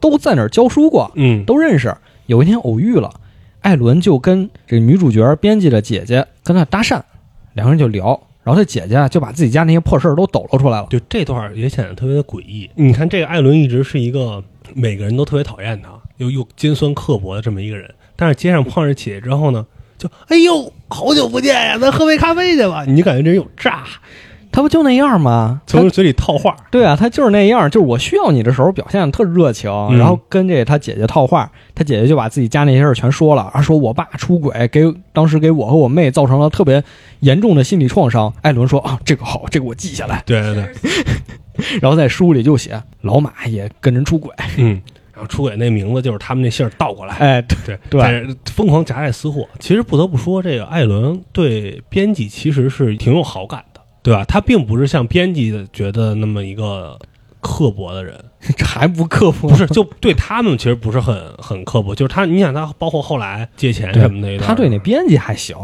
A: 都在那儿教书过，
B: 嗯，
A: 都认识。有一天偶遇了，艾伦就跟这个女主角编辑的姐姐跟她搭讪，两个人就聊。然后她姐姐啊就把自己家那些破事儿都抖搂出来了。
B: 就这段儿也显得特别的诡异。嗯你看，这个艾伦一直是一个每个人都特别讨厌他，又又尖酸刻薄的这么一个人，但是街上碰上姐姐之后呢，就哎呦，好久不见呀，咱喝杯咖啡去吧。你就感觉这人有诈，
A: 她不就那样吗？她
B: [laughs] 从人嘴里套话。
A: 对啊，他就是那样，就是我需要你的时候表现得特热情，
B: 嗯
A: 然后跟这他姐姐套话，他姐姐就把自己家那些事儿全说了，啊，说我爸出轨给当时给我和我妹造成了特别严重的心理创伤。艾伦说啊，这个好，这个我记下来，
B: 对对对，
A: 然后在书里就写老马也跟人出轨，
B: 嗯。然后出轨那名字就是他们那姓儿倒过来，
A: 哎，对
B: 对
A: 对
B: 但是疯狂夹带私货。其实不得不说，这个艾伦对编辑其实是挺有好感的，对吧？他并不是像编辑觉得那么一个刻薄的人，
A: 这还不克服，
B: 不是，就对他们其实不是很很刻薄，就是他，你想他包括后来借钱什么的一段，
A: 他对那编辑还行。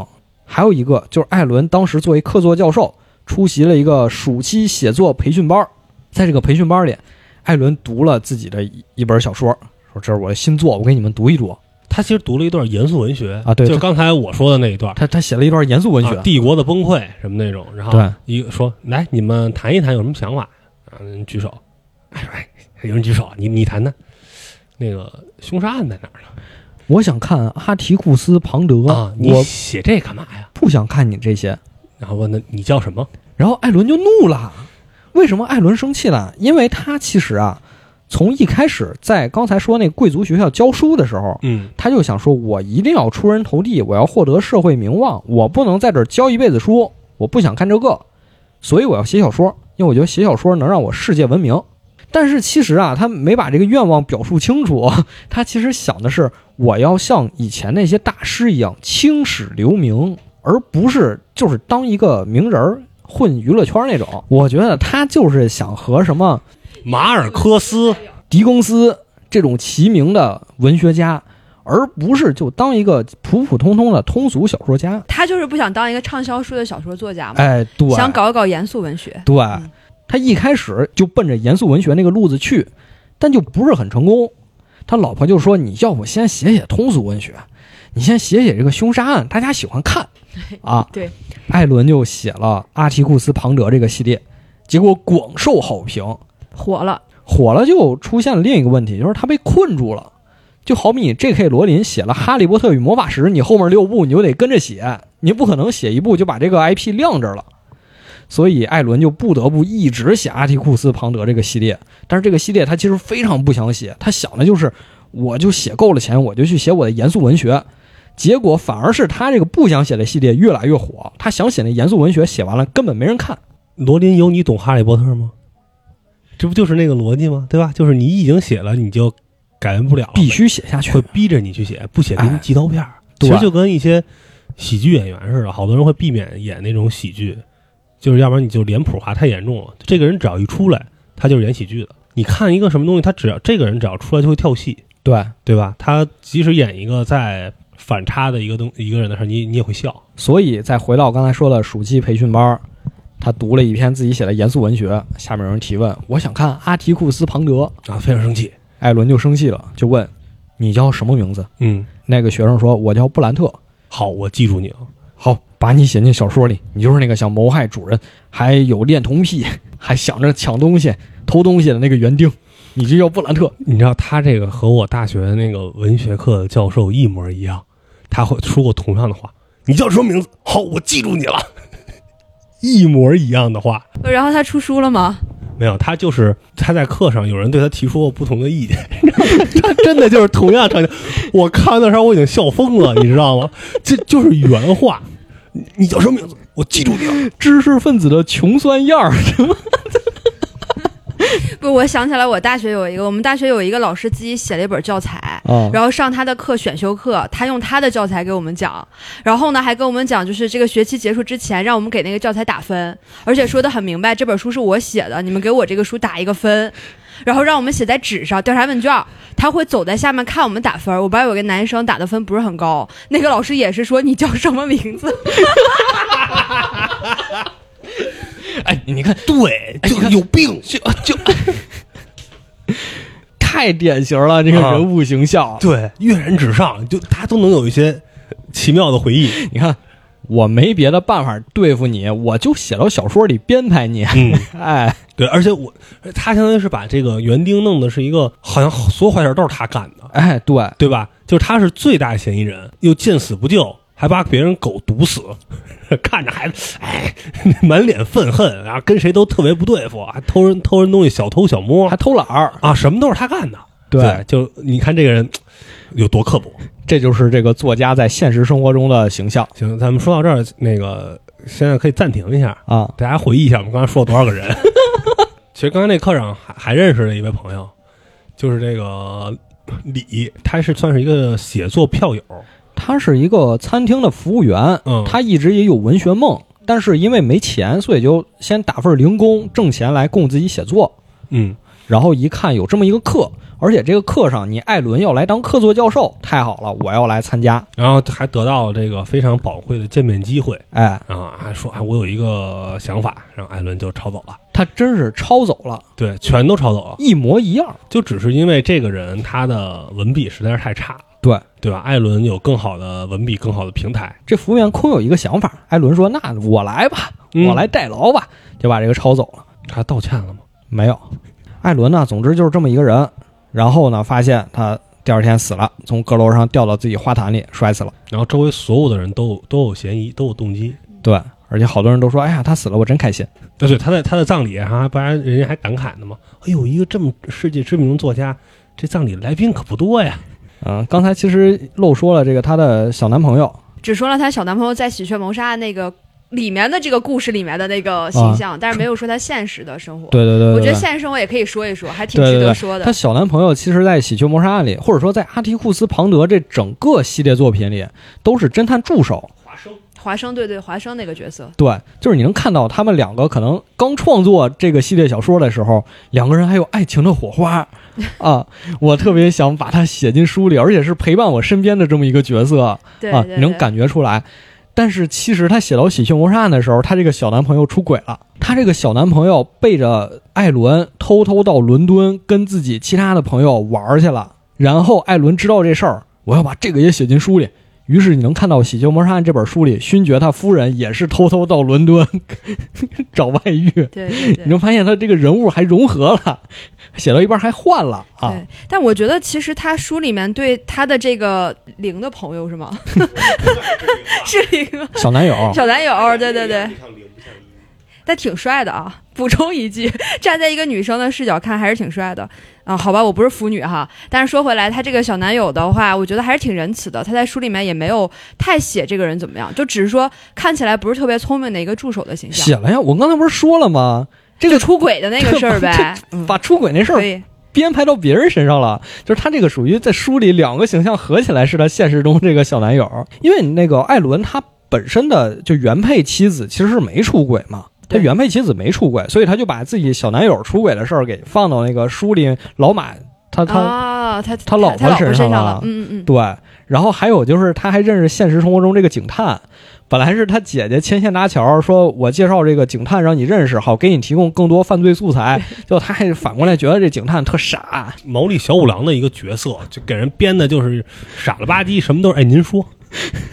A: 还有一个就是艾伦当时作为客座教授，出席了一个暑期写作培训班儿，在这个培训班里，艾伦读了自己的一一本小说，说这是我的新作，我给你们读一读。
B: 他其实读了一段严肃文学
A: 啊对
B: 就是
A: 他
B: 刚才我说的那一段
A: 他他写了一段严肃文学，
B: 啊帝国的崩溃什么那种，然后
A: 对，
B: 一个说来你们谈一谈有什么想法，啊，人举手， [laughs] 哎哎，有人举手，你你谈谈，那个凶杀案在哪儿呢？
A: 我想看阿提库斯·庞德，
B: 啊，你
A: 我
B: 写这干嘛呀？
A: 不想看你这些。
B: 然后问他你叫什么？
A: 然后艾伦就怒了，为什么艾伦生气了？因为他其实啊，从一开始在刚才说那贵族学校教书的时候，
B: 嗯
A: 他就想说，我一定要出人头地，我要获得社会名望，我不能在这儿教一辈子书，我不想看这个，所以我要写小说，因为我觉得写小说能让我世界闻名。但是其实啊，他没把这个愿望表述清楚， [laughs] 他其实想的是，我要像以前那些大师一样青史留名，而不是就是当一个名人儿混娱乐圈那种。我觉得他就是想和什么
B: 马尔科斯，
A: 狄更斯这种齐名的文学家，而不是就当一个普普通通的通俗小说家。
C: 他就是不想当一个畅销书的小说作家嘛，
A: 哎，对，
C: 啊想搞一嗯搞严肃文学。
A: 对，他一开始就奔着严肃文学那个路子去，但就不是很成功。他老婆就说：“你要不先写写通俗文学，你先写写这个凶杀案，大家喜欢看啊。”
C: 对，
A: 艾伦就写了《阿提库斯·庞德》这个系列，结果广受好评。
C: 火了，
A: 火了就出现了另一个问题，就是他被困住了。就好比你 J.K. 罗琳写了《哈利波特与魔法石》，你后面六部你就得跟着写，你不可能写一部就把这个 IP 晾这儿了。所以艾伦就不得不一直写阿提库斯·庞德这个系列。但是这个系列他其实非常不想写，他想的就是我就写够了钱，我就去写我的严肃文学。结果反而是他这个不想写的系列越来越火，他想写那严肃文学写完了根本没人看。
B: 罗琳有你懂哈利波特吗？这不就是那个逻辑吗？对吧？就是你已经写了，你就改变不了了，
A: 必须写下去
B: 会。逼着你去写，不写给你
A: 哎
B: 寄刀片儿。
A: 对
B: 其实就跟一些喜剧演员似的，好多人会避免演那种喜剧，就是要不然你就脸谱化太严重了。这个人只要一出来，他就是演喜剧的。你看一个什么东西，他只要这个人只要出来就会跳戏，
A: 对，
B: 对吧？他即使演一个在反差的一个东一个人的事儿，你你也会笑。
A: 所以再回到我刚才说的暑期培训班儿，他读了一篇自己写的严肃文学，下面有人提问，我想看阿提库斯·庞德，
B: 啊，非常生气。
A: 艾伦就生气了，就问你叫什么名字？
B: 嗯，
A: 那个学生说，我叫布兰特。
B: 好，我记住你了。
A: 好，把你写进小说里，你就是那个想谋害主人，还有恋童癖， [laughs] 还想着抢东西、偷东西的那个园丁，你就叫布兰特。
B: 你知道嗯他这个和我大学那个文学课的教授一模一样，他会说过同样的话。你叫什么名字？好，我记住你了。 [laughs] 一模一样的话，
C: 然后他出书了吗？
B: 没有，他就是他在课上有人对他提出过不同的意 [laughs] 见，他真的就是同样场景。我看的时候我已经笑疯了，你知道吗？这就是原话。你你叫什么名字？我记住你了。
A: 知识分子的穷酸样儿，
C: 不，我想起来，我大学有一个，我们大学有一个老师自己写了一本教材。
A: 啊
C: 然后上他的课选修课，他用他的教材给我们讲，然后呢还跟我们讲，就是这个学期结束之前，让我们给那个教材打分，而且说的很明白，这本书是我写的，你们给我这个书打一个分，然后让我们写在纸上调查问卷，他会走在下面看我们打分。我班有个男生打的分不是很高，那个老师也是说你叫什么名字， [laughs]
A: 哎，你看，
B: 对，
A: 哎你
B: 就
A: 看
B: 有病。
A: 就就 [laughs] 啊太典型了，这个
B: 啊
A: 人物形象。
B: 对，跃然纸上，就他都能有一些奇妙的
A: [laughs]
B: 回忆。
A: 你看，我没别的办法对付你，我就写到小说里编排你。
B: 嗯。
A: 哎，
B: 对，而且我他相当于是把这个园丁弄的是一个好像所有坏事都是他干的，
A: 哎，对，
B: 对吧？就是他是最大嫌疑人，又见死不救，还把别人狗毒死， [laughs] 看着还哎 [laughs] 满脸愤恨，然后跟谁都特别不对付，还偷人偷人东西，小偷小摸
A: 还偷懒儿。
B: 啊，什么都是他干的。
A: 对
B: 就你看这个人有多刻薄。
A: 这就是这个作家在现实生活中的形象
B: 行，咱们说到这儿，那个现在可以暂停一下，
A: 啊。
B: 大家回忆一下，我们刚才说了多少个人？ [laughs] 其实刚才那课上还还认识了一位朋友，就是这个李，他是算是一个写作票友，
A: 他是一个餐厅的服务员，
B: 嗯
A: 他一直也有文学梦，但是因为没钱，所以就先打份零工挣钱来供自己写作。
B: 嗯，
A: 然后一看有这么一个课，而且这个课上你艾伦要来当客座教授，太好了，我要来参加。
B: 然后还得到了这个非常宝贵的见面机会
A: 哎，
B: 啊，还说啊我有一个想法，然后艾伦就抄走了，
A: 他真是抄走了，
B: 对，全都抄走了，
A: 一模一样。
B: 就只是因为这个人他的文笔实在是太差了，
A: 对
B: 对吧？艾伦有更好的文笔，更好的平台，
A: 这服务员空有一个想法，艾伦说：“那我来吧，
B: 嗯
A: 我来代劳吧。就把这个抄走了。
B: 他道歉了吗？
A: 没有，艾伦呢，总之就是这么一个人。然后呢，发现他第二天死了，从阁楼上掉到自己花坛里，摔死了。
B: 然后周围所有的人都有都有嫌疑，都有动机，呃
A: 对，而且好多人都说：“哎呀，他死了，我真开心。
B: 对对，他在他的葬礼哈、不然人家还感慨呢嘛。哎呦，一个这么世界知名的作家，这葬礼来宾可不多呀。”
A: 嗯，刚才其实漏说了这个她的小男朋友，
C: 只说了她小男朋友在《喜鹊谋杀案》那个里面的这个故事里面的那个形象，但是没有说她现实的生活。
A: 对对对对对
C: 我觉得现实生活也可以说一说，还挺
A: 对
C: 值
A: 对对
C: 得说的。
A: 她小男朋友其实，在《喜鹊谋杀案》里，或者说在《阿提库斯·庞德》这整个系列作品里，都是侦探助手。
B: 华生，
C: 华生，对对，华生那个角色，
A: 对，就是你能看到他们两个可能刚创作这个系列小说的时候，两个人还有爱情的火花啊！我特别想把它写进书里，而且是陪伴我身边的这么一个角色啊，
C: 对对对
A: 你能感觉出来。但是其实他写到《喜鹊谋杀案》的时候，他这个小男朋友出轨
C: 嗯
A: 了。他这个小男朋友背着艾伦偷偷到伦敦跟自己其他的朋友玩儿去了。然后艾伦知道这事儿，我要把这个也写进书里。于是你能看到《喜剧谋杀案》这本书里，勋爵他夫人也是偷偷到伦敦 [laughs] 找外遇。
C: 对对对
A: 你。能发现他这个人物还融合了，写到一半还换了啊！
C: 对，但我觉得其实他书里面对他的这个零的朋友是吗？是零吗
A: 小男友，
C: [laughs] 小男友，对对对，但挺帅的啊。补充一句， [laughs] 站在一个女生的视角看，还是挺帅的啊。好吧，我不是腐女哈。但是说回来，他这个小男友的话，我觉得还是挺仁慈的。他在书里面也没有太写这个人怎么样，就只是说看起来不是特别聪明的一个助手的形象，
A: 写了呀，我刚才不是说了吗？这
C: 就
A: 个
C: 出轨的那个事儿
A: [laughs]
C: 呗。嗯，
A: 把出轨那事
C: 可
A: 儿
C: 以。
A: 编排到别人身上了，就是他这个属于在书里两个形象合起来是他现实中这个小男友，因为那个艾伦他本身的就原配妻子其实是没出轨嘛。他
C: 对
A: 原配妻子没出轨，所以他就把自己小男友出轨的事儿给放到那个书里老马他他、
C: 啊，他
A: 他老婆
C: 他老婆
A: 身
C: 身
A: 上
C: 了
A: 了，啊
C: 嗯嗯嗯，
A: 对，然后还有就是他还认识现实生活中这个警探，本来是他姐姐牵线搭桥，说我介绍这个警探让你认识，好给你提供更多犯罪素材，结果他还反过来觉得这警探特傻，
B: 毛利小五郎的一个角色，就给人编的就是傻了吧唧，什么都是哎，您说，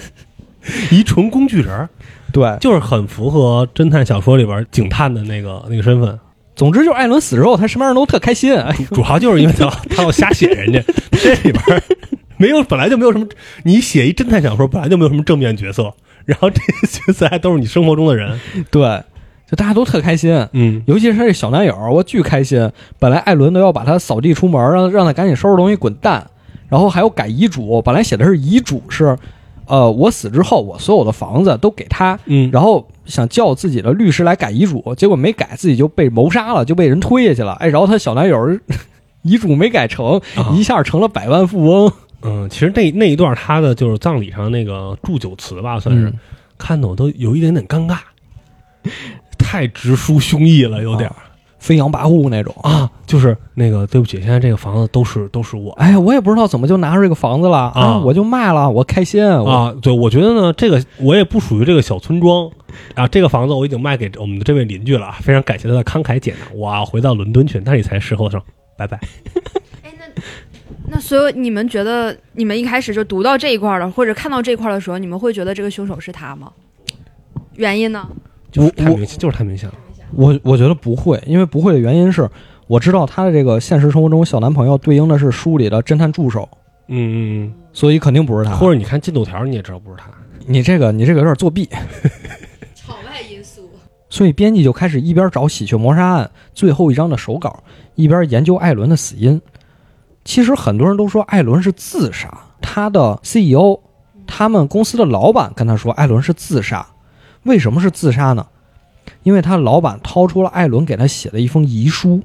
B: [laughs] 一纯工具人儿，
A: 对，
B: 就是很符合侦探小说里边警探的那个那个身份。
A: 总之就是艾伦死之后，他身边人都特开心，哎
B: 主要就是因 [laughs] 为他他要瞎写人家，这里边儿没有本来就没有什么，你写一侦探小说本来就没有什么正面角色，然后这些角色还都是你生活中的人，
A: 对，就大家都特开心。
B: 嗯，
A: 尤其是他这小男友，我巨开心。本来艾伦都要把他扫地出门，让让他赶紧收拾东西滚蛋，然后还有改遗嘱。本来写的是遗嘱是，呃，我死之后，我所有的房子都给他，
B: 嗯
A: 然后想叫自己的律师来改遗嘱，结果没改，自己就被谋杀了，就被人推下去了。哎，然后他小男友 [laughs] 遗嘱没改成，
B: 啊
A: 一下成了百万富翁。
B: 嗯，其实那那一段他的就是葬礼上那个祝酒词吧，算是、
A: 嗯
B: 看的我都有一点点尴尬，太直抒胸臆了，有点儿
A: 飞扬跋扈那种
B: 啊！就是那个对不起，现在这个房子都是都是我。
A: 哎呀，我也不知道怎么就拿出这个房子了啊
B: 啊
A: 我就卖了，我开心，我、
B: 啊，对，我觉得呢，这个我也不属于这个小村庄啊。这个房子我已经卖给我们的这位邻居了，啊，非常感谢他的慷慨解囊。我啊回到伦敦去，那里才适合上。拜拜。
C: 哎，那那所以你们觉得，你们一开始就读到这一块儿了，或者看到这一块儿的时候，你们会觉得这个凶手是他吗？原因呢？
B: 就是
A: 我
B: 太明显，就是太明显了。
A: 我我觉得不会，因为不会的原因是，我知道她的这个现实生活中小男朋友对应的是书里的侦探助手，
B: 嗯，嗯
A: 所以肯定不是
B: 嗯
A: 他。
B: 或者你看进度条，你也知道不是他。
A: 你这个你这个有点作弊，
C: 场外因素。
A: 所以编辑就开始一边找《喜鹊谋杀案》最后一章的手稿，一边研究艾伦的死因。其实很多人都说艾伦是自杀，他的 CEO，他们公司的老板跟他说艾伦是自杀。为什么是自杀呢？因为他老板掏出了艾伦给他写的一封遗书，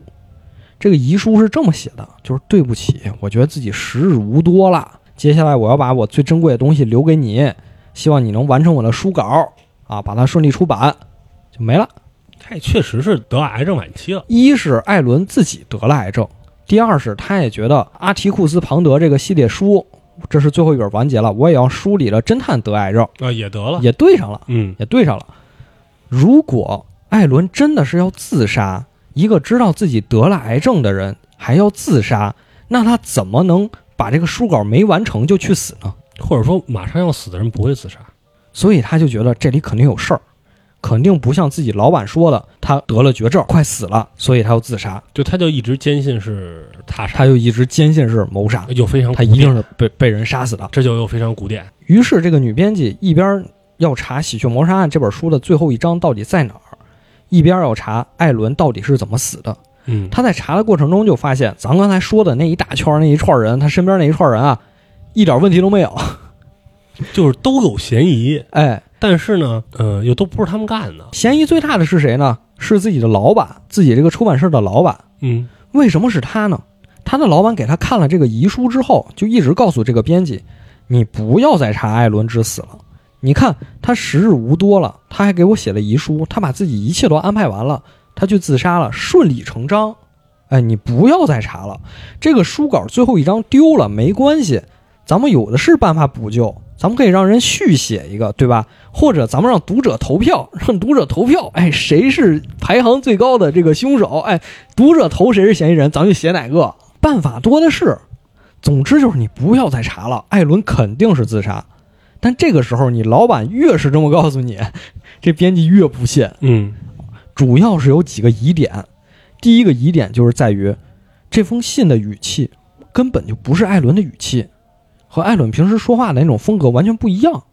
A: 这个遗书是这么写的：就是对不起，我觉得自己时日无多了，接下来我要把我最珍贵的东西留给你，希望你能完成我的书稿啊，把它顺利出版，就没了。
B: 他也确实是得癌症晚期了。
A: 一是艾伦自己得了癌症，第二是他也觉得阿提库斯庞德这个系列书，这是最后一本完结了，我也要梳理了侦探得癌症，
B: 啊，也得了。
A: 也对上了，
B: 嗯，
A: 也对上了。如果艾伦真的是要自杀，一个知道自己得了癌症的人还要自杀，那他怎么能把这个书稿没完成就去死呢？
B: 或者说马上要死的人不会自杀。
A: 所以他就觉得这里肯定有事儿，肯定不像自己老板说的，他得了绝症，快死了，所以他要自杀，
B: 就他就一直坚信是他杀
A: 他，就一直坚信是谋杀。
B: 又非常
A: 他
B: 古
A: 一定
B: 典，
A: 是被被人杀死的。
B: 这就又非常古典。
A: 嗯于是这个女编辑一边要查《喜鹊谋杀案》这本书的最后一章到底在哪儿，一边要查艾伦到底是怎么死的。
B: 嗯，
A: 她在查的过程中就发现，咱刚才说的那一大圈儿那一串人，他身边那一串人啊，一点问题都没有。 [laughs]
B: 就是都有嫌疑，
A: 哎，
B: 但是呢，呃，又都不是他们干的。
A: 嫌疑最大的是谁呢？是自己的老板，自己这个出版社的老板。
B: 嗯，
A: 为什么是他呢？他的老板给他看了这个遗书之后，就一直告诉这个编辑：“你不要再查艾伦之死了。你看他时日无多了，他还给我写了遗书，他把自己一切都安排完了，他去自杀了，顺理成章。哎，你不要再查了，这个书稿最后一张丢了没关系，咱们有的是办法补救，咱们可以让人续写一个，对吧？或者咱们让读者投票，让读者投票，哎，谁是排行最高的这个凶手？哎，读者投谁是嫌疑人，咱们就写哪个，办法多的是。总之就是你不要再查了，艾伦肯定是自杀。但这个时候，你老板越是这么告诉你， [laughs] 这编辑越不信。
B: 嗯
A: 主要是有几个疑点。第一个疑点就是在于，这封信的语气根本就不是艾伦的语气，和艾伦平时说话的那种风格完全不一样。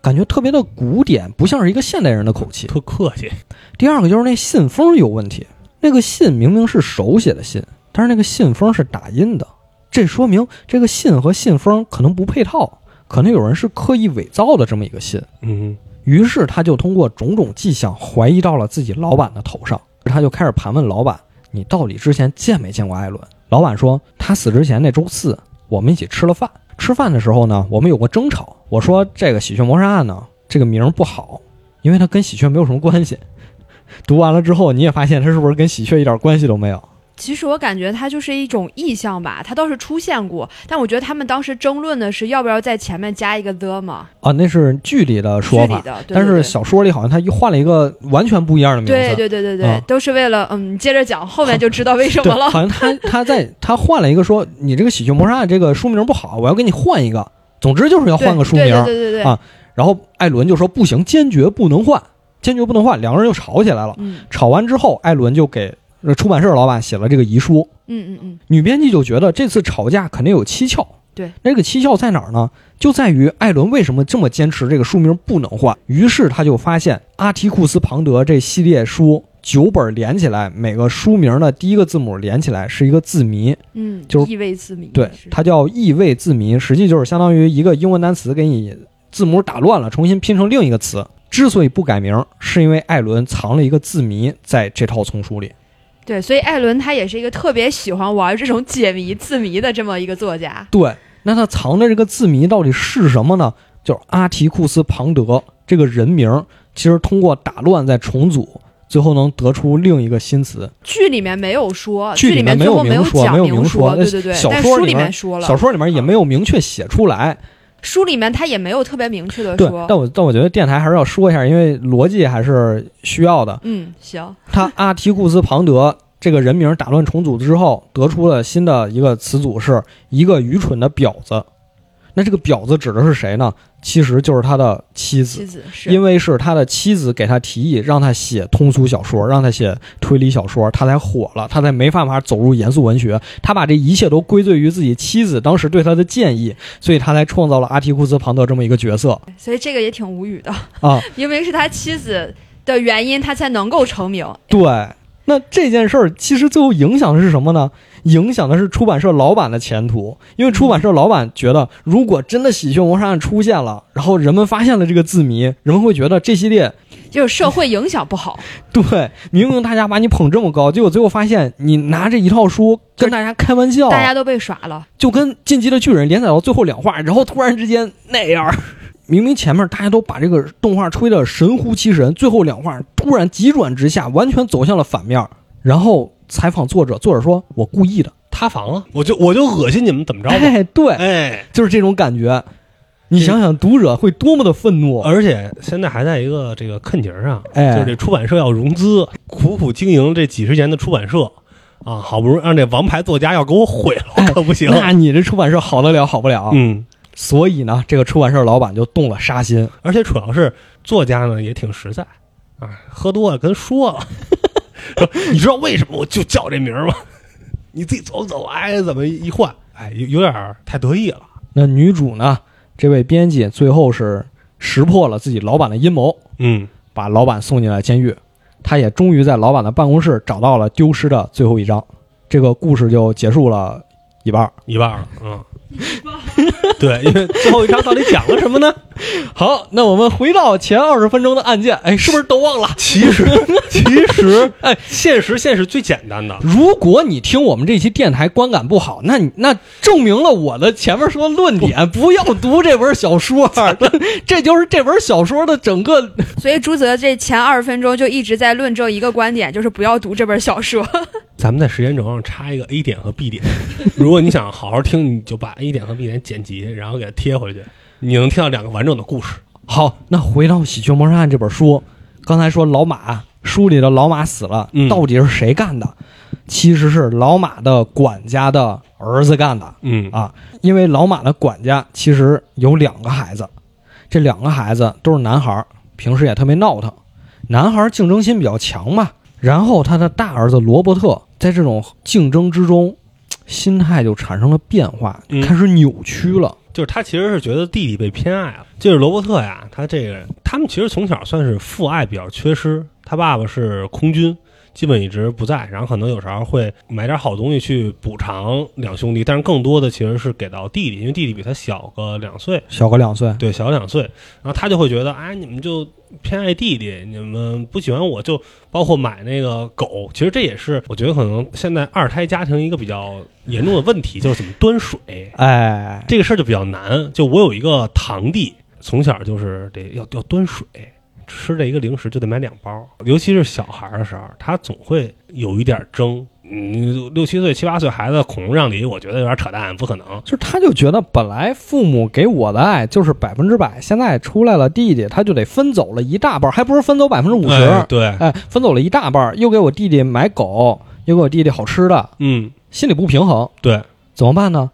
A: 感觉特别的古典，不像是一个现代人的口气。
B: 特客气，
A: 第二个就是那信封有问题，那个信明明是手写的信，但是那个信封是打印的，这说明这个信和信封可能不配套，可能有人是刻意伪造的这么一个信。
B: 嗯，
A: 于是他就通过种种迹象怀疑到了自己老板的头上，他就开始盘问老板：“你到底之前见没见过艾伦？”老板说：“他死之前那周四，我们一起吃了饭。吃饭的时候呢，我们有过争吵。我说这个喜鹊谋杀案呢，这个名儿不好，因为它跟喜鹊没有什么关系。 [laughs] 读完了之后，你也发现它是不是跟喜鹊一点关系都没有？
C: 其实我感觉它就是一种意象吧，它倒是出现过，但我觉得他们当时争论的是要不要在前面加一个 the 嘛，
A: 啊，那是剧里的
C: 剧
A: 说
C: 里
A: 法。”
C: 的，对
A: 但
C: 对
A: 是
C: 对
A: 小说里好像他又换了一个完全不一样的名字，
C: 对对对对对，
A: 嗯
C: 都是为了嗯，接着讲，后面就知道为什
A: 对，
C: 么了。
A: 好像他他在他换了一个说，你这个喜剧谋杀案这个书名不好，我要给你换一个。总之就是要换个书名。
C: 对对对对对对，
A: 啊然后艾伦就说不行，坚决不能换，坚决不能换。两个人又吵起来了。
C: 嗯
A: 吵完之后，艾伦就给呃出版社老板写了这个遗书。
C: 嗯嗯嗯，
A: 女编辑就觉得这次吵架肯定有蹊跷。
C: 对，
A: 那这个蹊跷在哪儿呢？就在于艾伦为什么这么坚持这个书名不能换？于是他就发现阿提库斯庞德这系列书九本连起来，每个书名的第一个字母连起来是一个字谜，
C: 嗯，
A: 就是
C: 意味自明，
A: 对，
C: 是
A: 它叫意味字谜，实际就是相当于一个英文单词给你字母打乱了，重新拼成另一个词。之所以不改名，是因为艾伦藏了一个字谜在这套丛书里。
C: 对，所以艾伦他也是一个特别喜欢玩这种解谜、字谜的这么一个作家。
A: 对，那他藏的这个字谜到底是什么呢？就是阿提库斯庞德这个人名，其实通过打乱再重组，最后能得出另一个新词。
C: 剧里面没有说，
A: 剧
C: 剧
A: 里面
C: 面
A: 没
C: 最
A: 有
C: 后
A: 明
C: 有
A: 说
C: 讲
A: 没有明
C: 明
A: 说
C: 对对对，
A: 小
C: 但
A: 说
C: 书
A: 里
C: 里
A: 面
C: 面说了，
A: 小说里面也没有明确写出来，
C: 书里面他也没有特别明确的
A: 对
C: 说。。
A: 但我但我觉得电台还是要说一下，因为逻辑还是需要的。
C: 嗯，行，
A: 他阿提库斯庞德这个人名打乱重组之后，得出了新的一个词组是一个愚蠢的婊子。那这个婊子指的是谁呢？其实就是他的妻子
C: 妻，子是
A: 因为是他的妻子给他提议，让他写通俗小说，让他写推理小说，他才火了，他才没办法走入严肃文学。他把这一切都归罪于自己妻子当时对他的建议，所以他才创造了阿提库斯庞德这么一个角色
C: 所以这个也挺无语的，
A: 啊。
C: 因为是他妻子的原因，他才能够成名。
A: 对，那这件事儿其实最后影响的是什么呢？影响的是出版社老板的前途，因为出版社老板觉得，如果真的喜剧谋杀案出现了，然后人们发现了这个字谜，人们会觉得这系列
C: 就是社会影响
A: [laughs]
C: 不好，
A: 对，明明大家把你捧这么高，结果最后发现你拿这一套书跟大家开玩笑，
C: 大家都被耍了。
A: 就跟《进击的巨人》连载到最后两话，然后突然之间那样儿。明明前面大家都把这个动画吹得神乎其神，最后两话突然急转直下，完全走向了反面儿。然后采访作者，作者说：“我故意的。
B: 塌房了，我就我就恶心你们怎么”着吧，
A: 哎， [laughs] 对，
B: 哎，
A: 就是这种感觉。你想想，读者会多么的愤怒！
B: 而且现在还在一个这个坑节儿上，
A: 哎
B: 就是这出版社要融资，苦苦经营这几十年的出版社啊，好不容易让这王牌作家要给我毁了，我可不行。
A: 哎那你这出版社好得了好不了？
B: 嗯，
A: 所以呢，这个出版社老板就动了杀心。
B: 而且主要是作家呢也挺实在啊，喝多了跟
A: [laughs]
B: 说了，你知道为什么我就叫这名儿吗？ [laughs] 你自己走走，哎，怎么一换，哎，有有点儿太得意了。
A: 那女主呢，这位编辑最后是识破了自己老板的阴谋，
B: 嗯，
A: 把老板送进了监狱。她也终于在老板的办公室找到了丢失的最后一章。这个故事就结束了一半儿。
B: 一半 [laughs] 了，嗯，对，因为最后一章到底讲了什么呢？
A: 好，那我们回到前二十分钟的案件，哎，是不是都忘了？
B: 其 [laughs] 实，其实，
A: 哎，
B: 现实现实最简单的，
A: 如果你听我们这期电台观感不好，那你那证明了我的前面说的论点，不要读这本小说， [laughs] 这就是这本小说的整个
C: 所以朱泽这前二十分钟就一直在论证一个观点，就是不要读这本小说。
B: 咱们在时间轴上插一个 A 点和 B 点。如果你想好好听，你就把 A 点和 B 点剪辑，然后给它贴回去，你能听到两个完整的故事。
A: 好，那回到《喜鹊谋杀案》这本书，刚才说老马书里的老马死了，
B: 嗯
A: 到底是谁干的？其实是老马的管家的儿子干的，
B: 嗯
A: 啊因为老马的管家其实有两个孩子，这两个孩子都是男孩儿，平时也特别闹腾，男孩儿竞争心比较强嘛。然后他的大儿子罗伯特在这种竞争之中，心态就产生了变化，
B: 嗯
A: 开始扭曲了。
B: 就是他其实是觉得弟弟被偏爱了。就是罗伯特呀，他这个人他们其实从小算是父爱比较缺失，他爸爸是空军。基本一直不在，然后可能有时候会买点好东西去补偿两兄弟，但是更多的其实是给到弟弟，因为弟弟比他小个两岁，
A: 小个两岁，
B: 对，小两岁，然后他就会觉得，哎，你们就偏爱弟弟，你们不喜欢我就，包括买那个狗，其实这也是我觉得可能现在二胎家庭一个比较严重的问题，就是怎么端水
A: 哎，
B: 这个事儿就比较难。就我有一个堂弟，从小就是得要要端水，吃这一个零食就得买两包，尤其是小孩儿的时候，他总会有一点争。嗯，六七岁、七八岁孩子孔融让梨，我觉得有点扯淡，不可能。
A: 就是他就觉得本来父母给我的爱就是百分之百，现在出来了弟弟，他就得分走了一大半儿，还不是分走百分之五
B: 哎
A: 十，
B: 对，
A: 哎，分走了一大半儿，又给我弟弟买狗，又给我弟弟好吃的，
B: 嗯，
A: 心里不平衡，
B: 对，
A: 怎么办呢？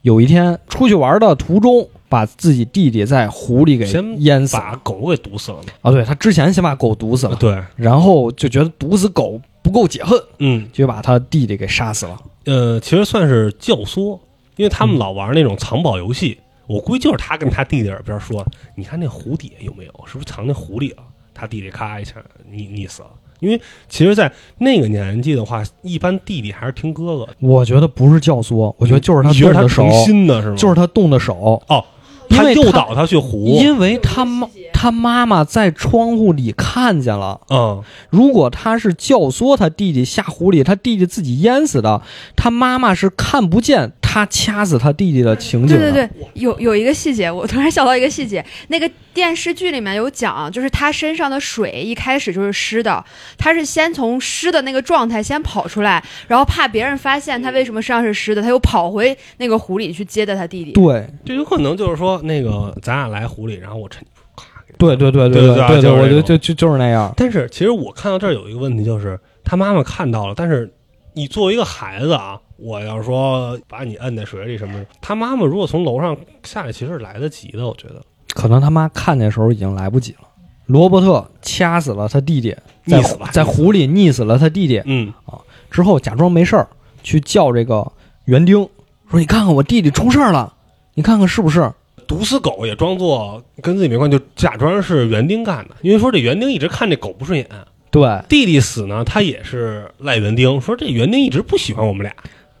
A: 有一天出去玩的途中，把自己弟弟在湖里给
B: 先
A: 淹死
B: 把狗给毒死了嘛。
A: 啊！对他之前先把狗毒死了，
B: 对，
A: 然后就觉得毒死狗不够解恨，
B: 嗯，
A: 就把他弟弟给杀死了。
B: 呃，其实算是教唆，因为他们
A: 嗯
B: 老玩那种藏宝游戏，我估计就是他跟他弟弟耳边说：“你看那湖底下有没有？是不是藏那湖里了？”他弟弟咔一下溺溺死了。因为其实，在那个年纪的话，一般弟弟还是听哥哥的。
A: 我觉得不是教唆，我觉得就是
B: 你觉
A: 动
B: 得他
A: 的手
B: 诚，心的是吗？
A: 就是他动的手，
B: 哦，
A: 因
B: 他
A: 为
B: 诱
A: 他
B: 导他去湖。
A: 因为他妈他妈妈在窗户里看见了。
B: 嗯，
A: 如果他是教唆他弟弟下湖里，他弟弟自己淹死的，他妈妈是看不见他掐死他弟弟的情景
C: 对
A: 的。
C: 对对，有有一个细节，我突然想到一个细节， [laughs] 那个电视剧里面有讲，就是他身上的水一开始就是湿的，他是先从湿的那个状态先跑出来，然后怕别人发现他为什么身上是湿的，他又跑回那个湖里去接的他弟弟。
A: 对
B: 这有可能就是说，那个咱俩来湖里，然后我趁你不注意咔给
A: 对对对
B: 对对对
A: 对
B: 就是
A: 我
B: 这
A: 觉得
B: 种
A: 就就就是那样。
B: 但是其实我看到这儿有一个问题，就是他妈妈看到了，但是你作为一个孩子啊，我要是说把你摁在水里什么的，他妈妈如果从楼上下来，其实是来得及的，我觉得。
A: 可能他妈看见的时候已经来不及了。罗伯特掐死了他弟弟，在
B: 溺死吧
A: 在湖里溺死了他弟弟
B: 嗯，
A: 之后，假装没事儿去叫这个园丁，说：“你看看我弟弟出事儿了，你看看是不是
B: 毒死狗也装作跟自己没关系，就假装是园丁干的，因为说这园丁一直看这狗不顺眼。？”
A: 对
B: 弟弟死呢，他也是赖园丁，说这园丁一直不喜欢我们俩，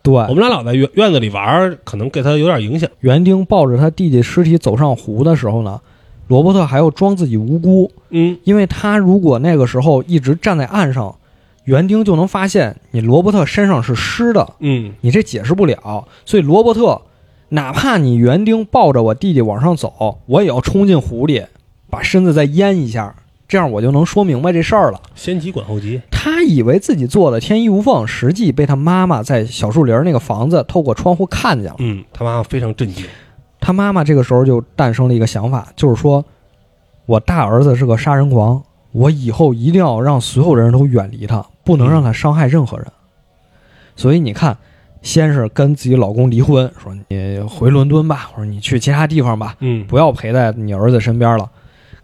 B: 我
A: 对，
B: 们俩老在院院子里玩儿，可能给他有点影响。
A: 园丁抱着他弟弟尸体走上湖的时候呢，罗伯特还要装自己无辜，
B: 嗯，
A: 因为他如果那个时候一直站在岸上，园丁就能发现你罗伯特身上是湿的，
B: 嗯，
A: 你这解释不了。所以罗伯特，哪怕你园丁抱着我弟弟往上走，我也要冲进湖里，把身子再淹一下，这样我就能说明白这事儿了。
B: 先急管后急。
A: 他以为自己做的天衣无缝，实际被他妈妈在小树林儿那个房子透过窗户看见了。
B: 嗯，他妈妈非常震惊。
A: 他妈妈这个时候就诞生了一个想法，就是说，我大儿子是个杀人狂，我以后一定要让所有人都远离他，不能让他伤害任何人。所以你看，先是跟自己老公离婚，说你回伦敦吧，或者你去其他地方吧，
B: 嗯，
A: 不要陪在你儿子身边了。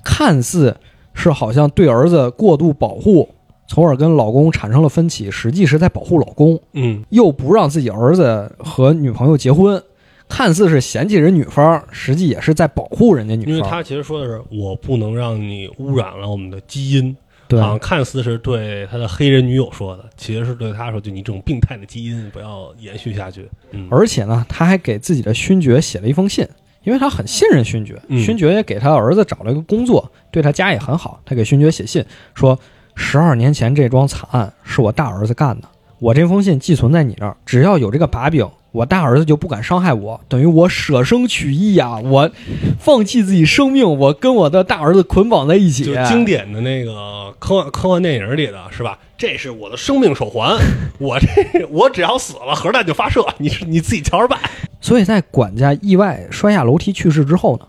A: 看似是好像对儿子过度保护，从而跟老公产生了分歧，实际是在保护老公。
B: 嗯，
A: 又不让自己儿子和女朋友结婚，看似是嫌弃人女方，实际也是在保护人家女
B: 因
A: 方。
B: 为他其实说的是，我不能让你污染了我们的基因，
A: 对、
B: 好像看似是对他的黑人女友说的，其实是对他说，就你这种病态的基因不要延续下去。嗯，
A: 而且呢，他还给自己的勋爵写了一封信，因为他很信任勋爵，
B: 嗯
A: 勋爵也给他儿子找了一个工作，对他家也很好。他给勋爵写信说，十二年前这桩惨案是我大儿子干的，我这封信寄存在你那儿，只要有这个把柄。我大儿子就不敢伤害我，等于我舍生取义呀、我放弃自己生命，我跟我的大儿子捆绑在一起。
B: 就经典的那个科幻科幻电影里的是吧？这是我的生命手环， [laughs] 我这我只要死了，核弹就发射，你是你自己瞧着办。
A: 所以在管家意外摔下楼梯去世之后呢，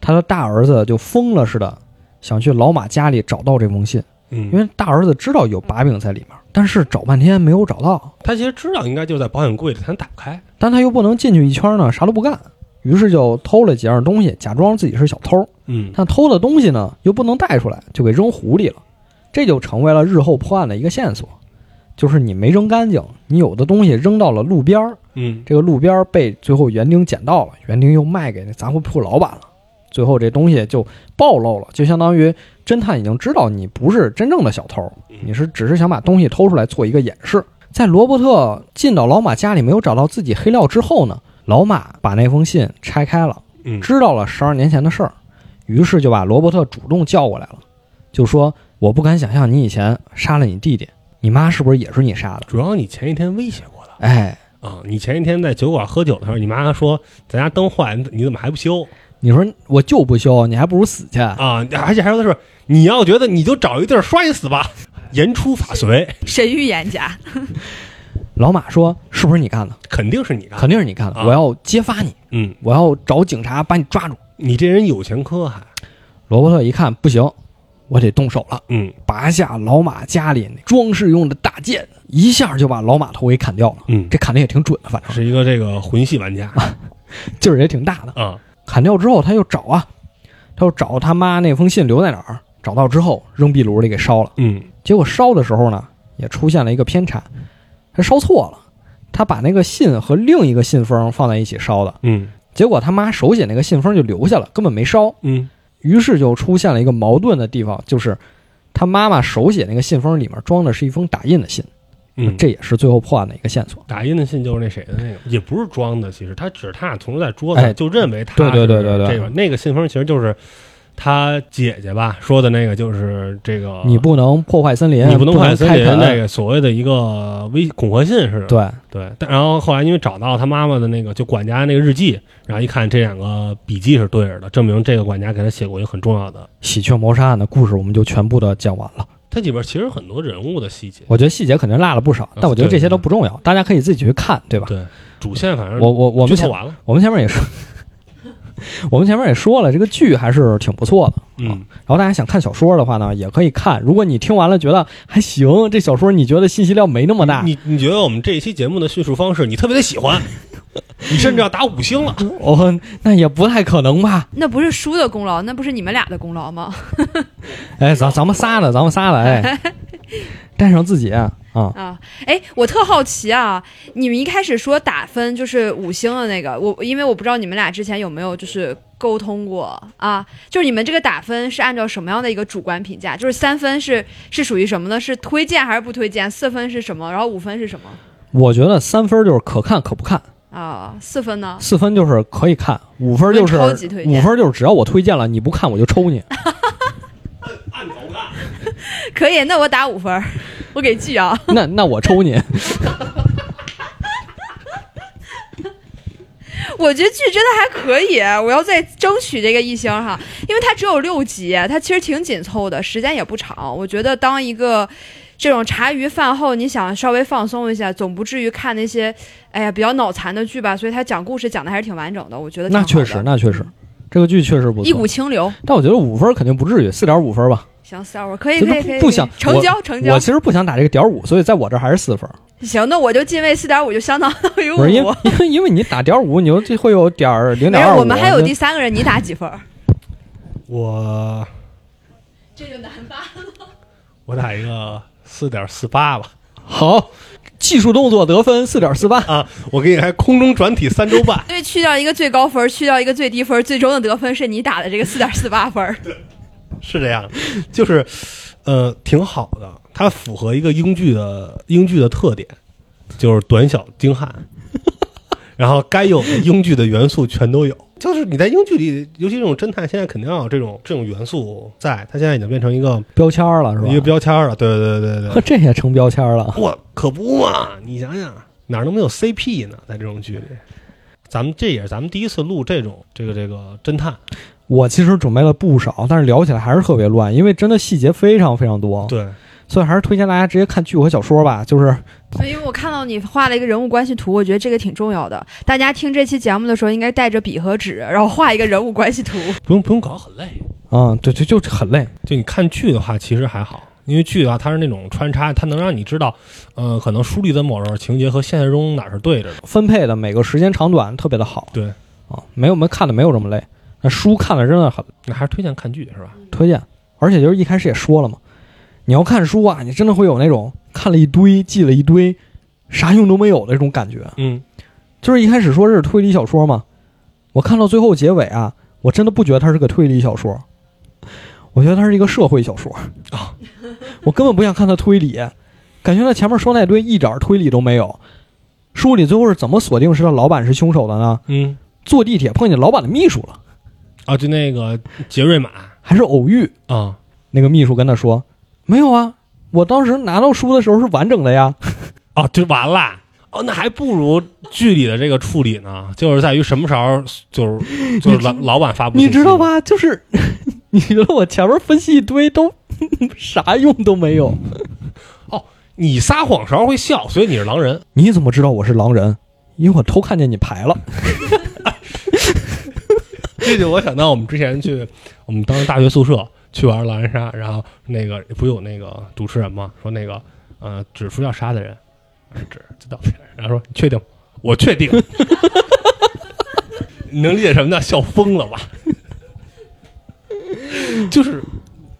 A: 他的大儿子就疯了似的想去老马家里找到这封信，
B: 嗯
A: 因为大儿子知道有把柄在里面，但是找半天没有找到，
B: 他其实知道应该就在保险柜里，他打不开。
A: 但他又不能进去一圈呢，啥都不干，于是就偷了几样东西，假装自己是小偷，
B: 嗯
A: 但偷的东西呢又不能带出来，就给扔湖里了，这就成为了日后破案的一个线索。就是你没扔干净，你有的东西扔到了路边儿，
B: 嗯
A: 这个路边儿被最后园丁捡到了，园丁又卖给那杂货铺老板了，最后这东西就暴露了，就相当于侦探已经知道你不是真正的小偷，你是只是想把东西偷出来做一个掩饰。在罗伯特进到老马家里没有找到自己黑料之后呢，老马把那封信拆开了，
B: 嗯
A: 知道了十二年前的事儿，于是就把罗伯特主动叫过来了，就说：“我不敢想象你以前杀了你弟弟，你妈是不是也是你杀的
B: 主要你前一天威胁过了。？”
A: 哎，
B: 啊！你前一天在酒馆喝酒的时候，你妈说咱家灯坏，你怎么还不修
A: 你说我就不修，你还不如死去。
B: 啊？而且还说的是，你要觉得你就找一地儿摔死吧，言出法随，
C: 神预言家，
A: 老马说：“是不是你干的？
B: 肯定是你干的。
A: 肯定是你干的！
B: 啊
A: 我要揭发你，
B: 嗯，
A: 我要找警察把你抓住。
B: 你这人有前科还，”
A: 罗伯特一看不行，我得动手了，
B: 嗯
A: 拔下老马家里那装饰用的大剑，一下就把老马头给砍掉了。
B: 嗯，
A: 这砍啊的也挺准的，反正
B: 是一个这个魂系玩家
A: 劲儿也挺大的。
B: 啊，
A: 砍掉之后，他又找啊，他又找他妈那封信留在哪儿，找到之后扔壁炉里给烧了。
B: 嗯
A: 结果烧的时候呢，也出现了一个偏差，他烧错了，他把那个信和另一个信封放在一起烧的。
B: 嗯
A: 结果他妈手写那个信封就留下了，根本没烧。
B: 嗯
A: 于是就出现了一个矛盾的地方，就是他妈妈手写那个信封里面装的是一封打印的信，
B: 嗯，
A: 这也是最后破案的一个线索。
B: 打印的信就是那谁的那个，也不是装的，其实他只是他俩同时在桌子上
A: 哎
B: 就认为他
A: 对对
B: 是
A: 对对对
B: 这个那个信封其实就是他姐姐吧说的那个，就是这个
A: 你不能破坏森林，
B: 啊你不能
A: 能
B: 看森林
A: 开垦啊
B: 那个所谓的一个微恐吓信似的，
A: 对，
B: 对，但然后后来因为找到他妈妈的那个就管家那个日记，然后一看这两个笔记是对着的，证明这个管家给他写过一个很重要的。
A: 喜鹊谋杀案的故事我们就全部的讲完了。
B: 它里边其实很多人物的细节，
A: 我觉得细节肯定落了不
B: 嗯
A: 少，但我觉得这些都不重要，大家可以自己去看，对吧？
B: 对主线反正
A: 我我我们
B: 剧透
A: 前
B: 完了，
A: 我们前面也说， [laughs] 我们前面也说了，这个剧还是挺不错的。
B: 嗯，
A: 然后大家想看小说的话呢，也可以看。如果你听完了觉得还行，这小说你觉得信息量没那么大，
B: 你你觉得我们这一期节目的叙述方式你特别的
A: [laughs]
B: 喜欢，你甚至要打五星了。
A: 哦，那也不太可能吧？
C: 那不是书的功劳，那不是你们俩的功劳吗？
A: 哎，咱咱们仨了，咱们仨了，哎，
C: [laughs]
A: 带上自己啊，
C: 啊，哎，我特好奇啊，你们一开始说打分就是五星的那个，我因为我不知道你们俩之前有没有就是沟通过啊，就是你们这个打分是按照什么样的一个主观评价？就是三分是是属于什么呢？是推荐还是不推荐？四分是什么？然后五分是什么？
A: 我觉得三分就是可看可不看，
C: 啊，四分呢？ [laughs]
A: 四分就是可以看，五分就是
C: 我超级推荐
A: 五分就是只要我推荐了你不看我就抽
C: [laughs]
A: 你。
C: 可以，那我打五分儿，我给记啊。
A: 那那我抽你，
C: 我觉得剧真的还可以，我要再争取这个一星哈，因为它只有六集，它其实挺紧凑的，时间也不长。我觉得当一个这种茶余饭后，你想稍微放松一下，总不至于看那些哎呀比较脑残的剧吧。所以他讲故事讲的还是挺完整的，我觉得挺
A: 那
C: 好的
A: 确实，那确实，这个剧确实不
C: 一股
A: 错。
C: 清流。
A: 但我觉得五分肯定不至于，四点五分吧。
C: 行，四二五可以
A: 这
C: 可
A: 不
C: 以可以，
A: 不想
C: 成交成交
A: 我。其实不想打这个点儿五，所以在我这儿还是四分。
C: 行，那我就进位四点五，就相当于
A: 不
C: 五。
A: 是
C: [laughs]
A: 因为因为因为你打点儿五，你就这会有点儿零
C: 没
A: 点
C: 有，
A: 二五。啊
C: 我们还有第三个人，你打几分儿？
B: 我
C: 这就难办。，
B: 我打一个四点四八吧。
A: [laughs] 好技术动作得分四点四八。
B: 啊，我给你还空中转体三周半
C: 因为去掉一个最高分儿，去掉一个最低分儿，最终的得分是你打的这个四点四八分儿。
B: 是这样，就是呃挺好的，它符合一个英剧的英剧的特点，就是短小精悍， [laughs] 然后该有的英剧的元素全都有。就是你在英剧里，尤其这种侦探，现在肯定要有这种这种元素在，它现在已经变成一个
A: 标签儿了是吧？
B: 一
A: [laughs]
B: 个标签了。对对对对
A: 呵，
B: 对，
A: 这也成标签儿了。
B: 我可不嘛，你想想哪能没有 CP 呢？在这种剧里，咱们这也是咱们第一次录这种这个这个侦探。
A: 我其实准备了不少，但是聊起来还是特别乱，因为真的细节非常非常多，
B: 对，
A: 所以还是推荐大家直接看剧和小说吧。就是
C: 所以我看到你画了一个人物关系图，我觉得这个挺重要的。大家听这期节目的时候，应该带着笔和纸，然后画一个人物关系图。
B: 不用不用搞，很累。
A: 嗯，对对，就很累。
B: 就你看剧的话，其实还好，因为剧的话它是那种穿插，它能让你知道，呃，可能书里的某种情节和现实中哪是对着的。
A: 分配的每个时间长短特别的好
B: 对，
A: 啊，没有没看的没有这么累。那书看的真的很
B: 那还是推荐看剧是吧？
A: 推荐，而且就是一开始也说了嘛，你要看书啊，你真的会有那种看了一堆记了一堆，啥用都没有的这种感觉。
B: 嗯
A: 就是一开始说这是推理小说嘛，我看到最后结尾啊，我真的不觉得它是个推理小说，我觉得它是一个社会小说啊，我根本不想看它推理，感觉他前面说那堆一点儿推理都没有。书里最后是怎么锁定是他老板是凶手的呢？
B: 嗯
A: 坐地铁碰见老板的秘书了，
B: 啊，就那个杰瑞玛
A: 还是偶遇？
B: 啊，
A: 那个秘书跟他说：“没有啊，我当时拿到书的时候是完整的呀。
B: 哦，就完了。哦，那还不如剧里的这个处理呢，就是在于什么时候就是就是老 [laughs] 老板发布，
A: 你知道？吧？就是 [laughs] 你觉得我前面分析一堆都 [laughs] 啥用都没有，
B: 你撒谎时候会笑，所以你是狼人。
A: 你怎么知道我是狼人？因为我偷看见你牌了。
B: [laughs] 这就我想到我们之前去，我们当时大学宿舍去玩狼人杀，然后那个不是有那个主持人吗？说那个呃指出要杀的人，呃指就到这儿，然后说你确定吗？我确定。 [laughs] 你能理解什么叫笑疯了吧？ [laughs] 就是，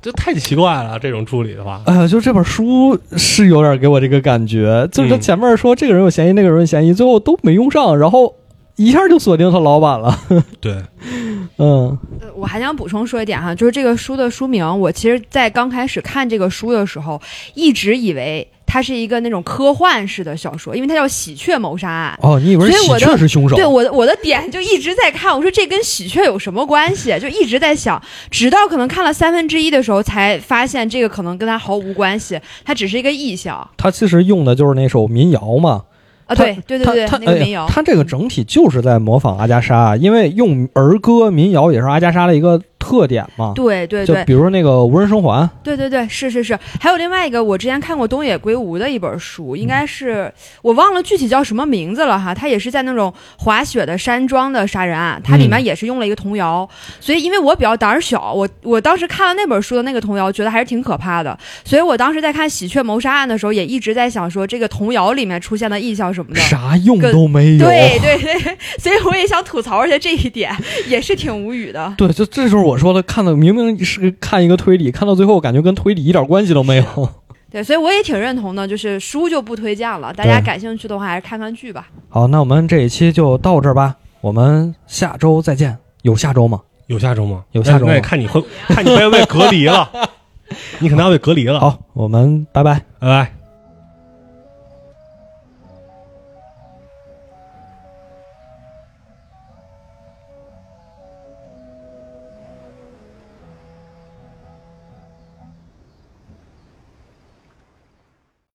B: 这太奇怪了，这种处理的话，
A: 哎呀，就这本书是有点给我这个感觉，就是他
B: 嗯
A: 前面说这个人有嫌疑，那个人有嫌疑，最后都没用上，然后一下就锁定他老板了。
B: 对，
A: 嗯
C: 呃，我还想补充说一点哈，就是这个书的书名，我其实，在刚开始看这个书的时候，一直以为它是一个那种科幻式的小说，因为它叫《喜鹊谋杀案》。
A: 哦，你以为
C: 所以
A: 喜
C: 我的
A: 鹊是哦凶手？
C: 对我的我的点就一直在看，我说这跟喜鹊有什么关系？就一直在想，直到可能看了三分之一的时候，才发现这个可能跟它毫无关系，它只是一个意象
A: 他其实用的就是那首民谣嘛。
C: 啊！对对对对
A: 他，
C: 那个民谣
A: 哎，他这个整体就是在模仿阿加莎，因为用儿歌民谣也是阿加莎的一个特点嘛。
C: 对对
A: 啊就
C: 对，
A: 比如说那个无人生还，
C: 对对对，是是是，还有另外一个，我之前看过东野圭吾的一本书，
A: 嗯
C: 应该是我忘了具体叫什么名字了哈。他也是在那种滑雪的山庄的杀人案，它里
A: 嗯
C: 面也是用了一个童谣，所以因为我比较胆儿小，我我当时看了那本书的那个童谣，觉得还是挺可怕的，所以我当时在看《喜鹊谋杀案》的时候，也一直在想说这个童谣里面出现的意象什么的。
A: 啥用都没有。
C: 对对对，所以我也想吐槽一下这一点，也是挺无语的。
A: 对，就这就是我说的，看到明明是看一个推理，看到最后感觉跟推理一点关系都没有。
C: [laughs] 对，所以我也挺认同的，就是书就不推荐了，大家
A: 对
C: 感兴趣的话还是看看剧吧。
A: 好，那我们这一期就到这儿吧，我们下周再见。有下周吗？
B: 有下周吗？
A: 有下周吗
B: 那那也看 [laughs] 你会，看你会不会被隔离了，你可能要被隔离了。，
A: 好，我们拜拜。
B: 拜拜。